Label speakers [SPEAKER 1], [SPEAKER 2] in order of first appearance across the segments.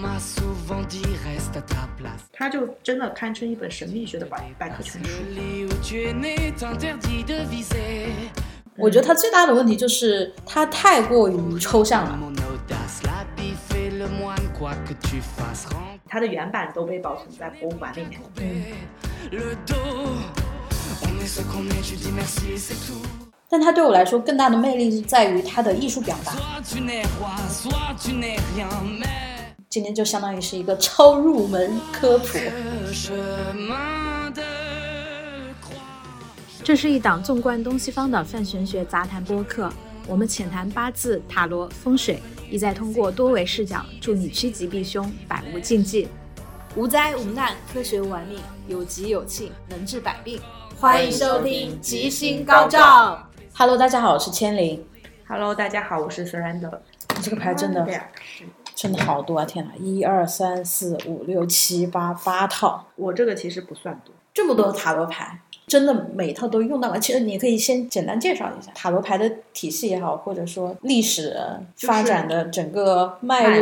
[SPEAKER 1] m'a souvent dit reste à ta place.
[SPEAKER 2] 它就真的堪称一本神秘学的百百科全书。
[SPEAKER 1] Le lit où tu es né t'interdit de viser.
[SPEAKER 3] 我
[SPEAKER 2] 嗯
[SPEAKER 3] 觉得他最大的问题就是他太过于抽象了。
[SPEAKER 1] Mon audace, la bif et le moine, quoi que tu fasses, rentre
[SPEAKER 2] 它的原版都被保存在博物馆里面。
[SPEAKER 1] courbé le dos. On est ce qu'on est, tu dis merci et c'est tout.
[SPEAKER 3] 但它对我来说更大的魅力是在于它的艺术表达。
[SPEAKER 1] Soit tu n'es roi, soit tu n'es rien, mais
[SPEAKER 3] 今天就相当于是一个超入门科普。
[SPEAKER 1] le chemin de croix.
[SPEAKER 4] 这是一档纵观东西方的泛玄学杂谈播客，我们浅谈八字、塔罗、风水，意在通过多维视角，助你趋吉避凶，百无禁忌，无灾无难，科学玩命，有吉有庆，能治百病。欢迎收听《吉星高照》。
[SPEAKER 3] Hello，大家好，我是千灵。
[SPEAKER 2] Hello，大家好，我是 Surrender。
[SPEAKER 3] 你这个牌真的
[SPEAKER 2] 对哎啊呀、
[SPEAKER 3] 真的好多啊！天哪，一二三四五六七八八套，
[SPEAKER 2] 我这个其实不算 多。
[SPEAKER 3] 这么多塔罗牌，真的每一套都用到了。其实你可以先简单介绍一下塔罗牌的体系也好，或者说历史
[SPEAKER 2] 就是
[SPEAKER 3] 发展的整个脉
[SPEAKER 2] 脉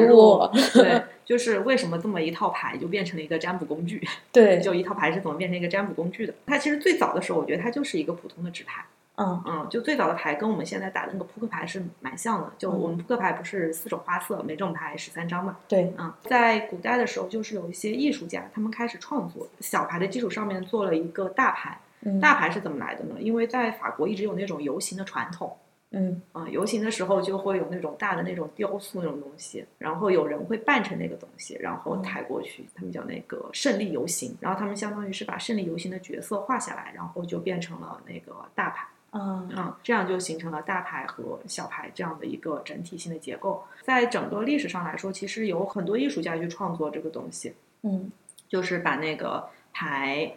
[SPEAKER 2] 络。
[SPEAKER 3] 络
[SPEAKER 2] 对，就是为什么这么一套牌就变成了一个占卜工具？
[SPEAKER 3] 对，
[SPEAKER 2] 就一套牌是怎么变成一个占卜工具的？它其实最早的时候，我觉得它就是一个普通的纸牌。
[SPEAKER 3] 嗯
[SPEAKER 2] 嗯，就最早的牌跟我们现在打的那个扑克牌是蛮像的。就
[SPEAKER 3] 嗯
[SPEAKER 2] 我们扑克牌不是四种花色，每种牌十三张嘛？
[SPEAKER 3] 对，
[SPEAKER 2] 嗯，在古代的时候，就是有一些艺术家，他们开始创作小牌的基础上面做了一个大牌。
[SPEAKER 3] 嗯
[SPEAKER 2] 大牌是怎么来的呢？因为在法国一直有那种游行的传统。
[SPEAKER 3] 嗯
[SPEAKER 2] 啊，游行的时候就会有那种大的那种雕塑那种东西，然后有人会扮成那个东西，然后抬过去，他们叫那个胜利游行。然后他们相当于是把胜利游行的角色画下来，然后就变成了那个大牌
[SPEAKER 3] 啊
[SPEAKER 2] 啊，这样就形成了大牌和小牌这样的一个整体性的结构。在整个历史上来说，其实有很多艺术家去创作这个东西，
[SPEAKER 3] 嗯
[SPEAKER 2] 就是把那个牌，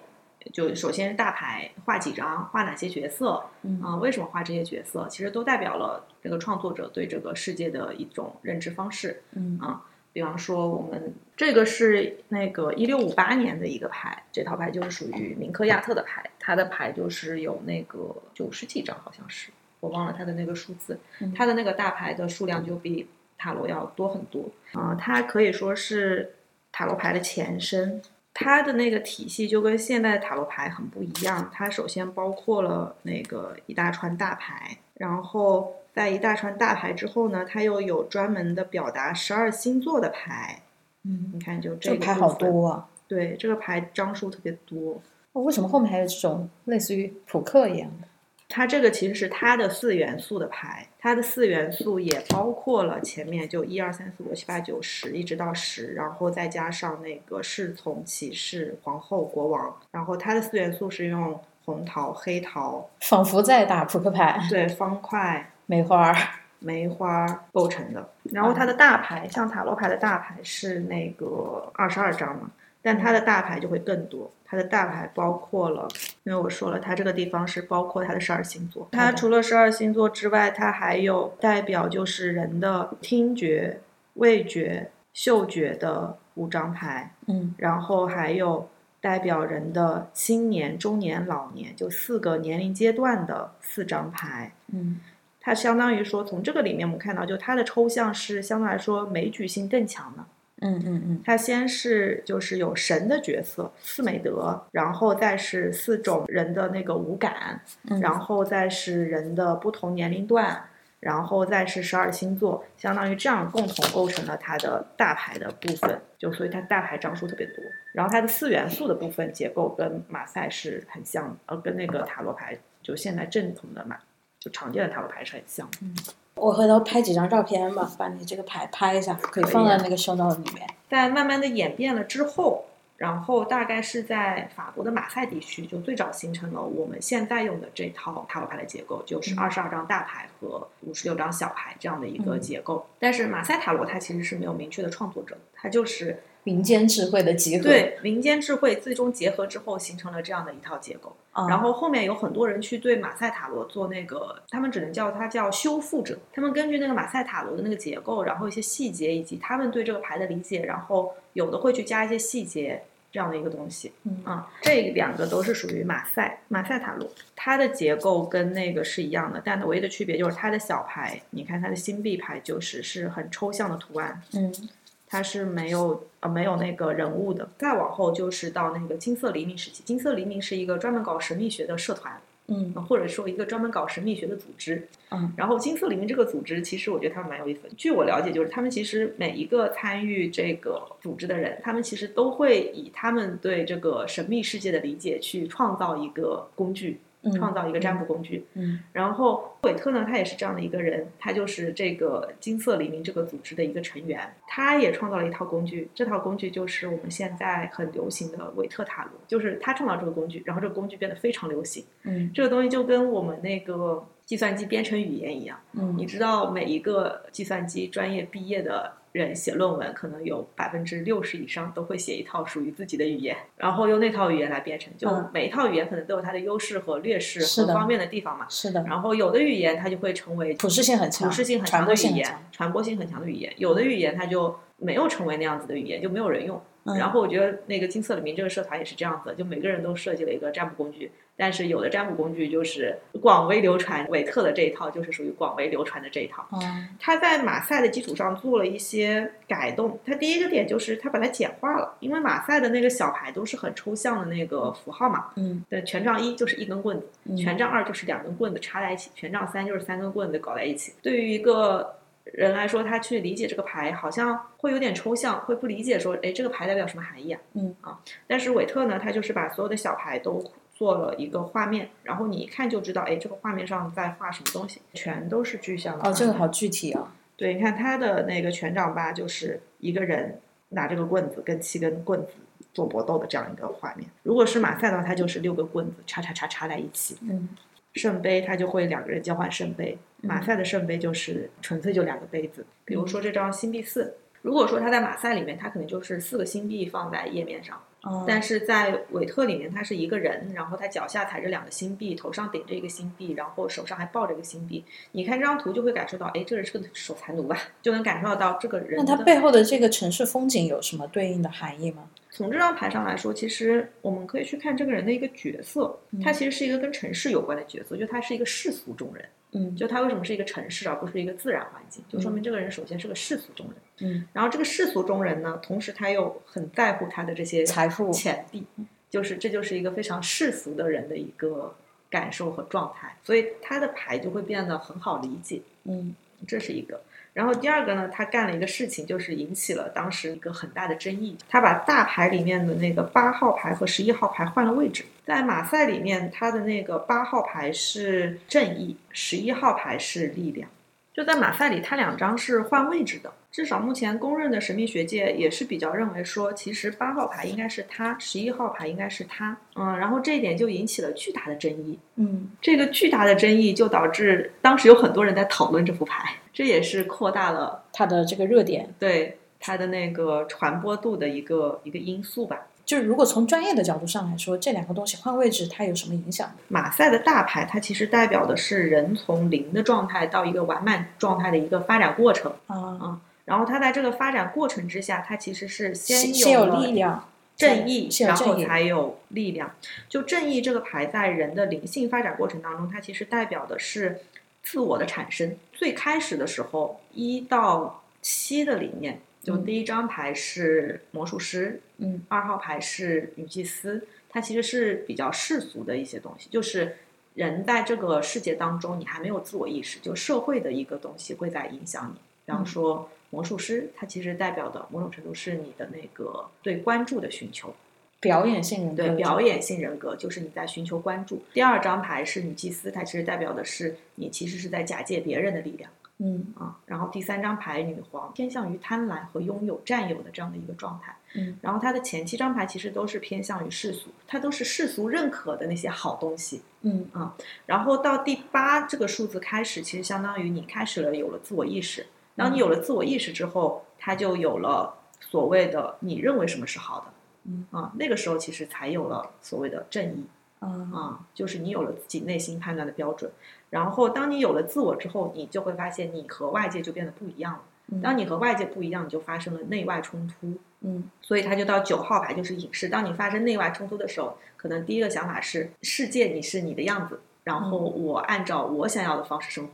[SPEAKER 2] 就首先是大牌画几张，画哪些角色，
[SPEAKER 3] 嗯
[SPEAKER 2] 啊、为什么画这些角色？其实都代表了这个创作者对这个世界的一种认知方式。啊
[SPEAKER 3] 嗯
[SPEAKER 2] 比方说，我们这个是那个一六五八年的一个牌，这套牌就是属于明克亚特的牌，它的牌就是有那个九十几张，好像是我忘了它的那个数字
[SPEAKER 3] 嗯，
[SPEAKER 2] 它的那个大牌的数量就比塔罗要多很多啊、它可以说是塔罗牌的前身。它的那个体系就跟现在的塔罗牌很不一样，它首先包括了那个一大串大牌，然后在一大串大牌之后呢，它又有专门的表达十二星座的牌。
[SPEAKER 3] 嗯，
[SPEAKER 2] 你看，就这
[SPEAKER 3] 这个
[SPEAKER 2] 个
[SPEAKER 3] 牌好
[SPEAKER 2] 部分，
[SPEAKER 3] 多啊！
[SPEAKER 2] 对，这个牌张数特别多。
[SPEAKER 3] 哦为什么后面还有这种类似于扑克一样的？
[SPEAKER 2] 它这个其实是它的四元素的牌，它的四元素也包括了前面就一二三四五六七八九十一直到十，然后再加上那个侍从、骑士、皇后、国王，然后它的四元素是用红桃、黑桃、
[SPEAKER 3] 仿佛在打扑克牌，
[SPEAKER 2] 对方块、
[SPEAKER 3] 梅花儿。
[SPEAKER 2] 梅花构成的。然后它的大牌，像塔罗牌的大牌是那个二十二张嘛，但它的大牌就会更多。它的大牌包括了，因为我说了，它这个地方是包括它的十二星座。它除了十二星座之外，它还有代表就是人的听觉、味觉、嗅觉的五张牌，
[SPEAKER 3] 嗯
[SPEAKER 2] 然后还有。代表人的青年、中年、老年，就四个年龄阶段的四张牌，
[SPEAKER 3] 嗯
[SPEAKER 2] 它相当于说，从这个里面我们看到，就它的抽象是相对来说枚举性更强的。
[SPEAKER 3] 嗯嗯嗯
[SPEAKER 2] 它先是就是有神的角色四美德，然后再是四种人的那个五感，
[SPEAKER 3] 嗯，
[SPEAKER 2] 然后再是人的不同年龄段，然后再是十二星座，相当于这样共同构成了它的大牌的部分。就所以它大牌张数特别多，然后它的四元素的部分结构跟马赛是很像的，呃，跟那个塔罗牌就现在正统的马就常见的塔罗牌是很像的。
[SPEAKER 3] 我回头拍几张照片吧，把你这个牌拍一下，可以
[SPEAKER 2] 可以
[SPEAKER 3] 放在
[SPEAKER 2] 啊
[SPEAKER 3] 那个 show note 里面。
[SPEAKER 2] 在慢慢的演变了之后，然后大概是在法国的马赛地区，就最早形成了我们现在用的这套塔罗牌的结构，就是
[SPEAKER 3] 嗯
[SPEAKER 2] 二十二张大牌和五十六张小牌这样的一个结构。但是马赛塔罗它其实是没有明确的创作者，它就是
[SPEAKER 3] 民间智慧的集合，
[SPEAKER 2] 对民间智慧最终结合之后形成了这样的一套结构。
[SPEAKER 3] 啊，
[SPEAKER 2] 然后后面有很多人去对马赛塔罗做那个，他们只能叫它叫修复者。他们根据那个马赛塔罗的那个结构，然后一些细节以及他们对这个牌的理解，然后有的会去加一些细节这样的一个东西。
[SPEAKER 3] 嗯
[SPEAKER 2] 啊，这两个都是属于马赛马赛塔罗，它的结构跟那个是一样的，但唯一的区别就是它的小牌，你看它的星币牌就是是很抽象的图案，
[SPEAKER 3] 嗯
[SPEAKER 2] 它是没有呃没有那个人物的。再往后就是到那个金色黎明时期，金色黎明是一个专门搞神秘学的社团，
[SPEAKER 3] 嗯
[SPEAKER 2] 呃或者说一个专门搞神秘学的组织。
[SPEAKER 3] 嗯，
[SPEAKER 2] 然后金色黎明这个组织，其实我觉得他们蛮有意思的。据我了解，就是他们其实每一个参与这个组织的人，他们其实都会以他们对这个神秘世界的理解去创造一个工具，
[SPEAKER 3] 嗯
[SPEAKER 2] 创造一个占卜工具。
[SPEAKER 3] 嗯
[SPEAKER 2] 然后韦特呢，他也是这样的一个人，他就是这个金色黎明这个组织的一个成员，他也创造了一套工具，这套工具就是我们现在很流行的韦特塔罗，就是他创造这个工具，然后这个工具变得非常流行，
[SPEAKER 3] 嗯
[SPEAKER 2] 这个东西就跟我们那个计算机编程语言一样，你
[SPEAKER 3] 嗯
[SPEAKER 2] 知道每一个计算机专业毕业的人写论文，可能有百分之六十以上都会写一套属于自己的语言，然后用那套语言来编程，就
[SPEAKER 3] 嗯
[SPEAKER 2] 每一套语言可能都有它的优势和劣势
[SPEAKER 3] 是
[SPEAKER 2] 和
[SPEAKER 3] 的
[SPEAKER 2] 方便的地方嘛。
[SPEAKER 3] 是的，
[SPEAKER 2] 然后有的语言它就会成为
[SPEAKER 3] 普适性很强，
[SPEAKER 2] 普适性很
[SPEAKER 3] 传
[SPEAKER 2] 强
[SPEAKER 3] 播
[SPEAKER 2] 的
[SPEAKER 3] 性
[SPEAKER 2] 语
[SPEAKER 3] 很
[SPEAKER 2] 言
[SPEAKER 3] 强，，
[SPEAKER 2] 传播性很强的语言；有的语言它就没有成为那样子的语言，就没有人用。
[SPEAKER 3] 嗯
[SPEAKER 2] 然后我觉得那个金色黎明这个社团也是这样子，就每个人都设计了一个占卜工具，但是有的占卜工具就是广为流传，韦特的这一套就是属于广为流传的这一套。
[SPEAKER 3] 嗯
[SPEAKER 2] 他在马赛的基础上做了一些改动。他第一个点就是他把它简化了，因为马赛的那个小牌都是很抽象的那个符号嘛。
[SPEAKER 3] 嗯
[SPEAKER 2] 对，权杖一就是一根棍子，
[SPEAKER 3] 嗯
[SPEAKER 2] 权杖二就是两根棍子插在一起，权杖三就是三根棍子搞在一起。对于一个人来说，他去理解这个牌好像会有点抽象，会不理解说，哎，这个牌代表什么含义啊？
[SPEAKER 3] 嗯
[SPEAKER 2] 啊，但是韦特呢，他就是把所有的小牌都做了一个画面，然后你一看就知道，哎，这个画面上在画什么东西，全都是具象的画
[SPEAKER 3] 哦，
[SPEAKER 2] 面。
[SPEAKER 3] 这个好具体啊，
[SPEAKER 2] 对，你看他的那个权杖八，就是一个人拿这个棍子跟七根棍子做搏斗的这样一个画面。如果是马赛的话，它就是六个棍子叉叉叉插在一起。
[SPEAKER 3] 嗯
[SPEAKER 2] 圣杯它就会两个人交换圣杯，马
[SPEAKER 3] 嗯
[SPEAKER 2] 赛的圣杯就是纯粹就两个杯子。比如说这张星币四，如果说它在马赛里面，它可能就是四个星币放在页面上，
[SPEAKER 3] 哦
[SPEAKER 2] 但是在韦特里面，他是一个人，然后他脚下踩着两个星币，头上顶着一个星币，然后手上还抱着一个星币。你看这张图就会感受到，哎，这个人是个 守财奴吧，就能感受到这个人
[SPEAKER 3] 那
[SPEAKER 2] 的。
[SPEAKER 3] 它背后的这个城市风景有什么对应的含义吗？
[SPEAKER 2] 从这张牌上来说，其实我们可以去看这个人的一个角色，
[SPEAKER 3] 嗯
[SPEAKER 2] 他其实是一个跟城市有关的角色，就他是一个世俗中人。
[SPEAKER 3] 嗯
[SPEAKER 2] 就他为什么是一个城市而不是一个自然环境，就说明这个人首先是个世俗中人。
[SPEAKER 3] 嗯，
[SPEAKER 2] 然后这个世俗中人呢，同时他又很在乎他的这些
[SPEAKER 3] 财富
[SPEAKER 2] 钱币，就是这就是一个非常世俗的人的一个感受和状态，所以他的牌就会变得很好理解，
[SPEAKER 3] 嗯
[SPEAKER 2] 这是一个。然后第二个呢，他干了一个事情，就是引起了当时一个很大的争议。他把大牌里面的那个八号牌和十一号牌换了位置，在马赛里面，他的那个八号牌是正义，十一号牌是力量。就在马赛里，它两张是换位置的。至少目前公认的神秘学界也是比较认为说，其实八号牌应该是他，十一号牌应该是他。嗯，然后这一点就引起了巨大的争议。
[SPEAKER 3] 嗯
[SPEAKER 2] 这个巨大的争议就导致当时有很多人在讨论这副牌，这也是扩大了
[SPEAKER 3] 它的这个热点，
[SPEAKER 2] 对它的那个传播度的一个一个因素吧。
[SPEAKER 3] 就是如果从专业的角度上来说，这两个东西换位置它有什么影响？
[SPEAKER 2] 马赛的大牌，它其实代表的是人从零的状态到一个完满状态的一个发展过程。
[SPEAKER 3] 啊，
[SPEAKER 2] 然后它在这个发展过程之下，它其实是
[SPEAKER 3] 先
[SPEAKER 2] 先
[SPEAKER 3] 先有
[SPEAKER 2] 了
[SPEAKER 3] 力量，
[SPEAKER 2] 正义，
[SPEAKER 3] 先有
[SPEAKER 2] 然后
[SPEAKER 3] 正义，
[SPEAKER 2] 才有力量。就正义这个牌在人的灵性发展过程当中，它其实代表的是自我的产生。最开始的时候，一到七的里面，就
[SPEAKER 3] 嗯
[SPEAKER 2] 第一张牌是魔术师，
[SPEAKER 3] 嗯，
[SPEAKER 2] 二号牌是女祭司，它其实是比较世俗的一些东西，就是。人在这个世界当中，你还没有自我意识，就社会的一个东西会在影响你。比方
[SPEAKER 3] 嗯
[SPEAKER 2] 说，魔术师，它其实代表的某种程度是你的那个对关注的寻求。
[SPEAKER 3] 表演性人格
[SPEAKER 2] 对，
[SPEAKER 3] 的
[SPEAKER 2] 表演性人格就是你在寻求关注。第二张牌是女祭司，它其实代表的是你其实是在假借别人的力量
[SPEAKER 3] 嗯
[SPEAKER 2] 啊。然后第三张牌女皇偏向于贪婪和拥有、占有的这样的一个状态。
[SPEAKER 3] 嗯
[SPEAKER 2] 然后它的前七张牌其实都是偏向于世俗，它都是世俗认可的那些好东西。啊
[SPEAKER 3] 嗯
[SPEAKER 2] 然后到第八这个数字开始，其实相当于你开始了有了自我意识。当你有了自我意识之后，它就有了所谓的你认为什么是好的。
[SPEAKER 3] 嗯
[SPEAKER 2] 啊，那个时候其实才有了所谓的正义。
[SPEAKER 3] 啊
[SPEAKER 2] 啊、就是你有了自己内心判断的标准，然后当你有了自我之后，你就会发现你和外界就变得不一样了。
[SPEAKER 3] 嗯
[SPEAKER 2] 当你和外界不一样，你就发生了内外冲突。
[SPEAKER 3] 嗯
[SPEAKER 2] 所以它就到九号牌，就是隐士。当你发生内外冲突的时候，可能第一个想法是世界你是你的样子，然后我按照我想要的方式生活。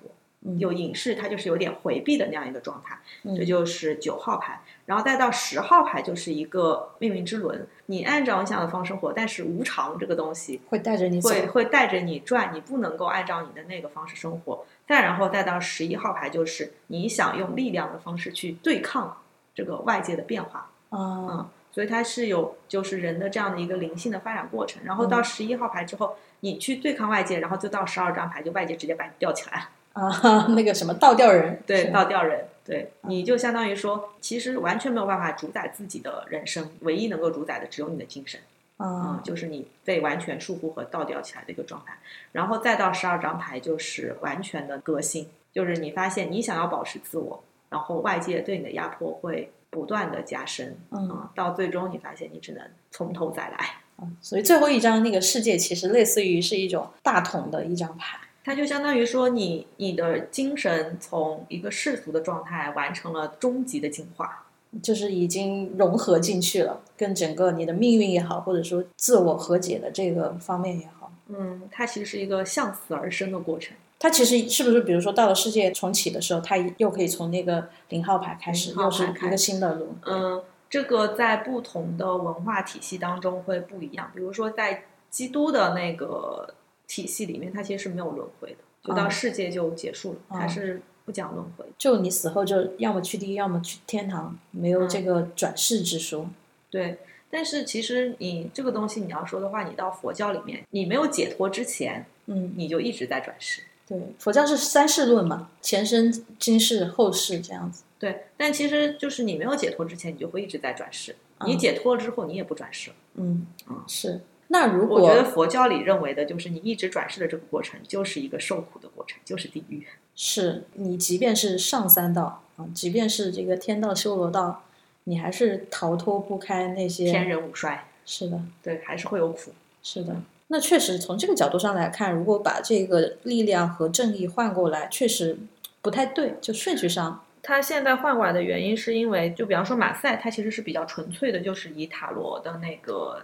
[SPEAKER 3] 嗯
[SPEAKER 2] 有隐士他就是有点回避的那样一个状态，
[SPEAKER 3] 嗯
[SPEAKER 2] 这就是九号牌。然后再到十号牌就是一个命运之轮，你按照你想的方式活，但是无常这个东西
[SPEAKER 3] 会带着你走。
[SPEAKER 2] 会会带着你转，你不能够按照你的那个方式生活。再然后再到十一号牌，就是你想用力量的方式去对抗这个外界的变化，
[SPEAKER 3] 啊，
[SPEAKER 2] 嗯，所以它是有就是人的这样的一个灵性的发展过程。然后到
[SPEAKER 3] 嗯
[SPEAKER 2] 十一号牌之后，你去对抗外界，然后就到十二张牌，就外界直接把你吊起来，
[SPEAKER 3] 啊，那个什么倒吊人，
[SPEAKER 2] 嗯对，
[SPEAKER 3] 是嗯
[SPEAKER 2] 倒吊人。对，你就相当于说，其实完全没有办法主宰自己的人生，唯一能够主宰的只有你的精神。嗯
[SPEAKER 3] 啊，，
[SPEAKER 2] 就是你被完全束缚和倒吊起来的一个状态，然后再到十二张牌就是完全的革新，就是你发现你想要保持自我，然后外界对你的压迫会不断的加深，
[SPEAKER 3] 嗯
[SPEAKER 2] 啊到最终你发现你只能从头再来，
[SPEAKER 3] 所以最后一张那个世界其实类似于是一种大桶的一张牌，
[SPEAKER 2] 它就相当于说你你的精神从一个世俗的状态完成了终极的进化，
[SPEAKER 3] 就是已经融合进去了，跟整个你的命运也好，或者说自我和解的这个方面也好，
[SPEAKER 2] 嗯，它其实是一个向死而生的过程，
[SPEAKER 3] 它其实是不是比如说到了世界重启的时候，它又可以从那个零号牌开始，
[SPEAKER 2] 0号牌
[SPEAKER 3] 又是一
[SPEAKER 2] 开
[SPEAKER 3] 个
[SPEAKER 2] 始
[SPEAKER 3] 新的路，
[SPEAKER 2] 嗯，这个在不同的文化体系当中会不一样。比如说，在基督的那个体系里面，它其实是没有轮回的，就到
[SPEAKER 3] 嗯
[SPEAKER 2] 世界就结束了，它
[SPEAKER 3] 嗯
[SPEAKER 2] 是不讲轮回的。
[SPEAKER 3] 就你死后就要么去地狱，要么去天堂，没有
[SPEAKER 2] 嗯
[SPEAKER 3] 这个转世之说。
[SPEAKER 2] 对，但是其实你这个东西你要说的话，你到佛教里面，你没有解脱之前，
[SPEAKER 3] 嗯，
[SPEAKER 2] 你就一直在转世。
[SPEAKER 3] 对，佛教是三世论嘛，前生、今世、后世这样子。
[SPEAKER 2] 对，但其实就是你没有解脱之前，你就会一直在转世。你
[SPEAKER 3] 嗯
[SPEAKER 2] 解脱了之后，你也不转世了。
[SPEAKER 3] 嗯
[SPEAKER 2] 嗯，
[SPEAKER 3] 是。那如
[SPEAKER 2] 我觉得
[SPEAKER 3] 果
[SPEAKER 2] 佛教里认为的就是你一直转世的这个过程，就是一个受苦的过程，就是地狱。
[SPEAKER 3] 是你，即便是上三道啊，即便是这个天道、修罗道，你还是逃脱不开那些。
[SPEAKER 2] 天人无衰，
[SPEAKER 3] 是的，
[SPEAKER 2] 对，还是会有苦。
[SPEAKER 3] 是的。那确实，从这个角度上来看，如果把这个力量和正义换过来，确实不太对，就顺序上。
[SPEAKER 2] 他现在换过来的原因是因为，就比方说马赛，它其实是比较纯粹的，就是以塔罗的那个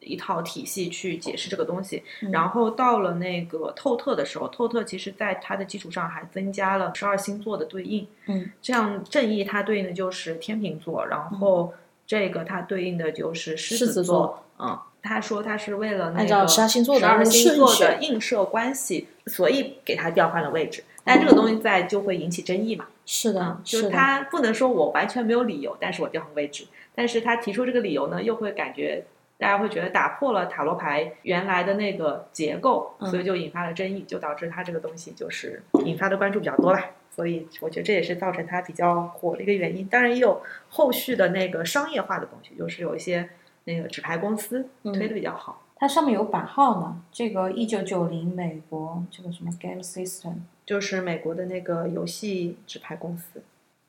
[SPEAKER 2] 一套体系去解释这个东西。
[SPEAKER 3] 嗯
[SPEAKER 2] 然后到了那个透特的时候，透特其实在它的基础上还增加了十二星座的对应，
[SPEAKER 3] 嗯，
[SPEAKER 2] 这样正义它对应的就是天秤座，然后这个它对应的就是狮
[SPEAKER 3] 狮子
[SPEAKER 2] 子
[SPEAKER 3] 座
[SPEAKER 2] 嗯。他说他是为了那
[SPEAKER 3] 按照
[SPEAKER 2] 个
[SPEAKER 3] 十二星座的
[SPEAKER 2] 十二
[SPEAKER 3] 那个
[SPEAKER 2] 星座
[SPEAKER 3] 顺
[SPEAKER 2] 的映射关系，所以给他调换了位置。但这个东西在就会引起争议嘛，
[SPEAKER 3] 是的
[SPEAKER 2] 嗯，，就是是
[SPEAKER 3] 的。
[SPEAKER 2] 他不能说我完全没有理由，但是我调换位置。但是他提出这个理由呢，又会感觉大家会觉得打破了塔罗牌原来的那个结构，
[SPEAKER 3] 嗯
[SPEAKER 2] 所以就引发了争议，就导致他这个东西就是引发的关注比较多吧。所以我觉得这也是造成它比较火的一个原因。当然也有后续的那个商业化的东西，就是有一些那个纸牌公司
[SPEAKER 3] 嗯
[SPEAKER 2] 推的比较好。
[SPEAKER 3] 它上面有版号呢，这个一九九零美国这个什么 Game System，
[SPEAKER 2] 就是美国的那个游戏纸牌公司，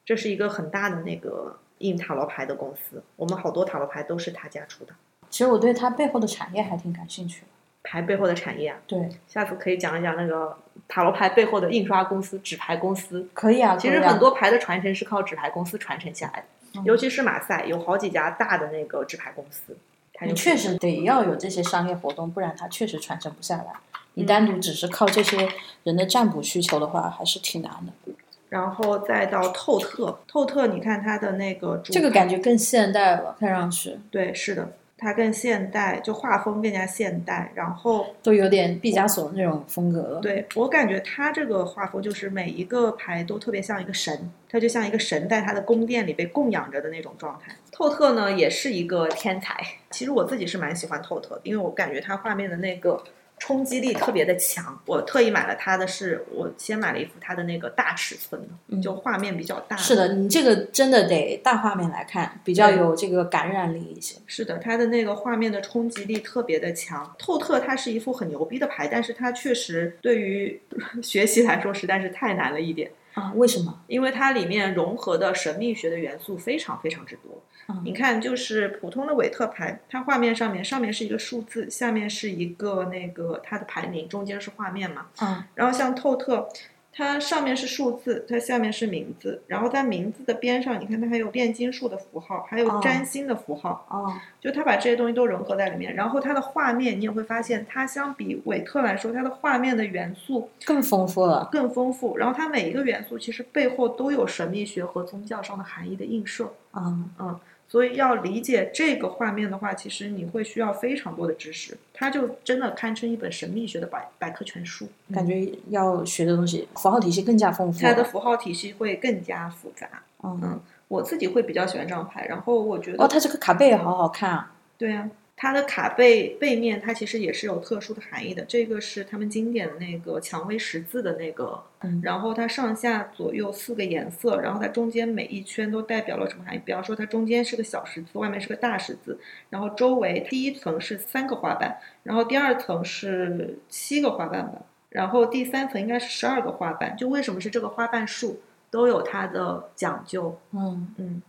[SPEAKER 2] 这是一个很大的那个印塔罗牌的公司。我们好多塔罗牌都是他家出的，
[SPEAKER 3] 其实我对它背后的产业还挺感兴趣的。
[SPEAKER 2] 牌背后的产业啊，
[SPEAKER 3] 对，
[SPEAKER 2] 下次可以讲一讲那个塔罗牌背后的印刷公司、纸牌公司。
[SPEAKER 3] 可以啊，
[SPEAKER 2] 其
[SPEAKER 3] 可
[SPEAKER 2] 实
[SPEAKER 3] 以啊
[SPEAKER 2] 很多牌的传承是靠纸牌公司传承下来的
[SPEAKER 3] 嗯，
[SPEAKER 2] 尤其是马赛有好几家大的那个纸牌公司，它
[SPEAKER 3] 你
[SPEAKER 2] 就
[SPEAKER 3] 嗯确实得要有这些商业活动，不然它确实传承不下来。你单独只是靠这些人的占卜需求的话，还是挺难的。
[SPEAKER 2] 然后再到透特，透特你看它的那个主
[SPEAKER 3] 这个感觉更现代了，看上去
[SPEAKER 2] 对，是的，它更现代，就画风更加现代，然后。
[SPEAKER 3] 都有点毕加索那种风格了。，
[SPEAKER 2] 对我感觉他这个画风就是每一个牌都特别像一个神，他就像一个神在他的宫殿里被供养着的那种状态。透特呢也是一个天才，其实我自己是蛮喜欢透特的，因为我感觉他画面的那个冲击力特别的强。我特意买了他的是，我先买了一幅他的那个大尺寸的，就画面比较大。
[SPEAKER 3] 嗯是的，你这个真的得大画面来看，比较有这个感染力一些。
[SPEAKER 2] 是的，它的那个画面的冲击力特别的强。透特它是一副很牛逼的牌，但是它确实对于 学习来说实在是太难了一点。
[SPEAKER 3] 啊，为什么？
[SPEAKER 2] 因为它里面融合的神秘学的元素非常非常之多。
[SPEAKER 3] 嗯
[SPEAKER 2] 你看，就是普通的韦特牌，它画面上面上面是一个数字，下面是一个那个它的排名，中间是画面嘛。
[SPEAKER 3] 啊，
[SPEAKER 2] 然后像透特，它上面是数字，它下面是名字，然后在名字的边上，你看它还有炼金术的符号，还
[SPEAKER 3] 哦
[SPEAKER 2] 有占星的符号，
[SPEAKER 3] 哦，
[SPEAKER 2] 就它把这些东西都融合在里面。然后它的画面，你也会发现，它相比韦特来说，它的画面的元素
[SPEAKER 3] 更丰富了。
[SPEAKER 2] 更丰富。然后它每一个元素其实背后都有神秘学和宗教上的含义的映射。
[SPEAKER 3] 嗯，
[SPEAKER 2] 嗯，所以要理解这个画面的话，其实你会需要非常多的知识，它就真的堪称一本神秘学的百百科全书。
[SPEAKER 3] 感觉要学的东西符号体系更加丰富。
[SPEAKER 2] 它的符号体系会更加复杂。
[SPEAKER 3] 嗯，
[SPEAKER 2] 嗯，我自己会比较喜欢这张牌，然后我觉得，
[SPEAKER 3] 哦，它这个卡背也好好看啊。
[SPEAKER 2] 对啊，它的卡背背面它其实也是有特殊的含义的，这个是他们经典的那个蔷薇十字的那个
[SPEAKER 3] 嗯，
[SPEAKER 2] 然后它上下左右四个颜色，然后它中间每一圈都代表了什么含义？比方说它中间是个小十字，外面是个大十字，然后周围第一层是三个花瓣，然后第二层是七个花瓣吧，然后第三层应该是十二个花瓣。就为什么是这个花瓣数，都有它的讲究。
[SPEAKER 3] 嗯，
[SPEAKER 2] 嗯，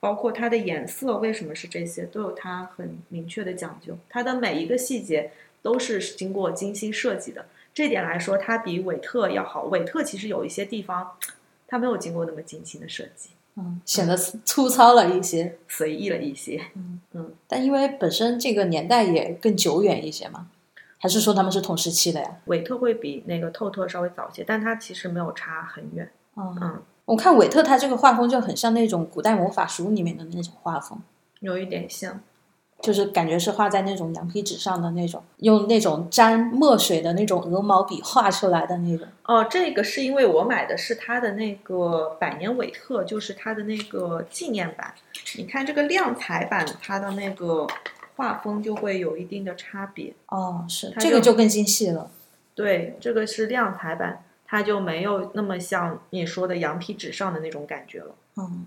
[SPEAKER 2] 包括它的颜色为什么是这些，都有它很明确的讲究。它的每一个细节都是经过精心设计的，这点来说，它比韦特要好。韦特其实有一些地方，它没有经过那么精心的设计，
[SPEAKER 3] 嗯，显得粗糙了一些。
[SPEAKER 2] 随意了一些。
[SPEAKER 3] 但因为本身这个年代也更久远一些嘛，还是说他们是同时期的呀？
[SPEAKER 2] 韦特会比那个透特稍微早一些，但它其实没有差很远。
[SPEAKER 3] 嗯，
[SPEAKER 2] 嗯，
[SPEAKER 3] 我看韦特他这个画风就很像那种古代魔法书里面的那种画风，
[SPEAKER 2] 有一点像。
[SPEAKER 3] 就是感觉是画在那种羊皮纸上的那种，用那种沾墨水的那种鹅毛笔画出来的那种。
[SPEAKER 2] 哦，这个是因为我买的是它的那个百年韦特，就是它的那个纪念版。你看这个量产版，它的那个画风就会有一定的差别。
[SPEAKER 3] 哦，是
[SPEAKER 2] 它
[SPEAKER 3] 这个
[SPEAKER 2] 就
[SPEAKER 3] 就更精细了。
[SPEAKER 2] 对，这个是量产版，它就没有那么像你说的羊皮纸上的那种感觉了。
[SPEAKER 3] 嗯，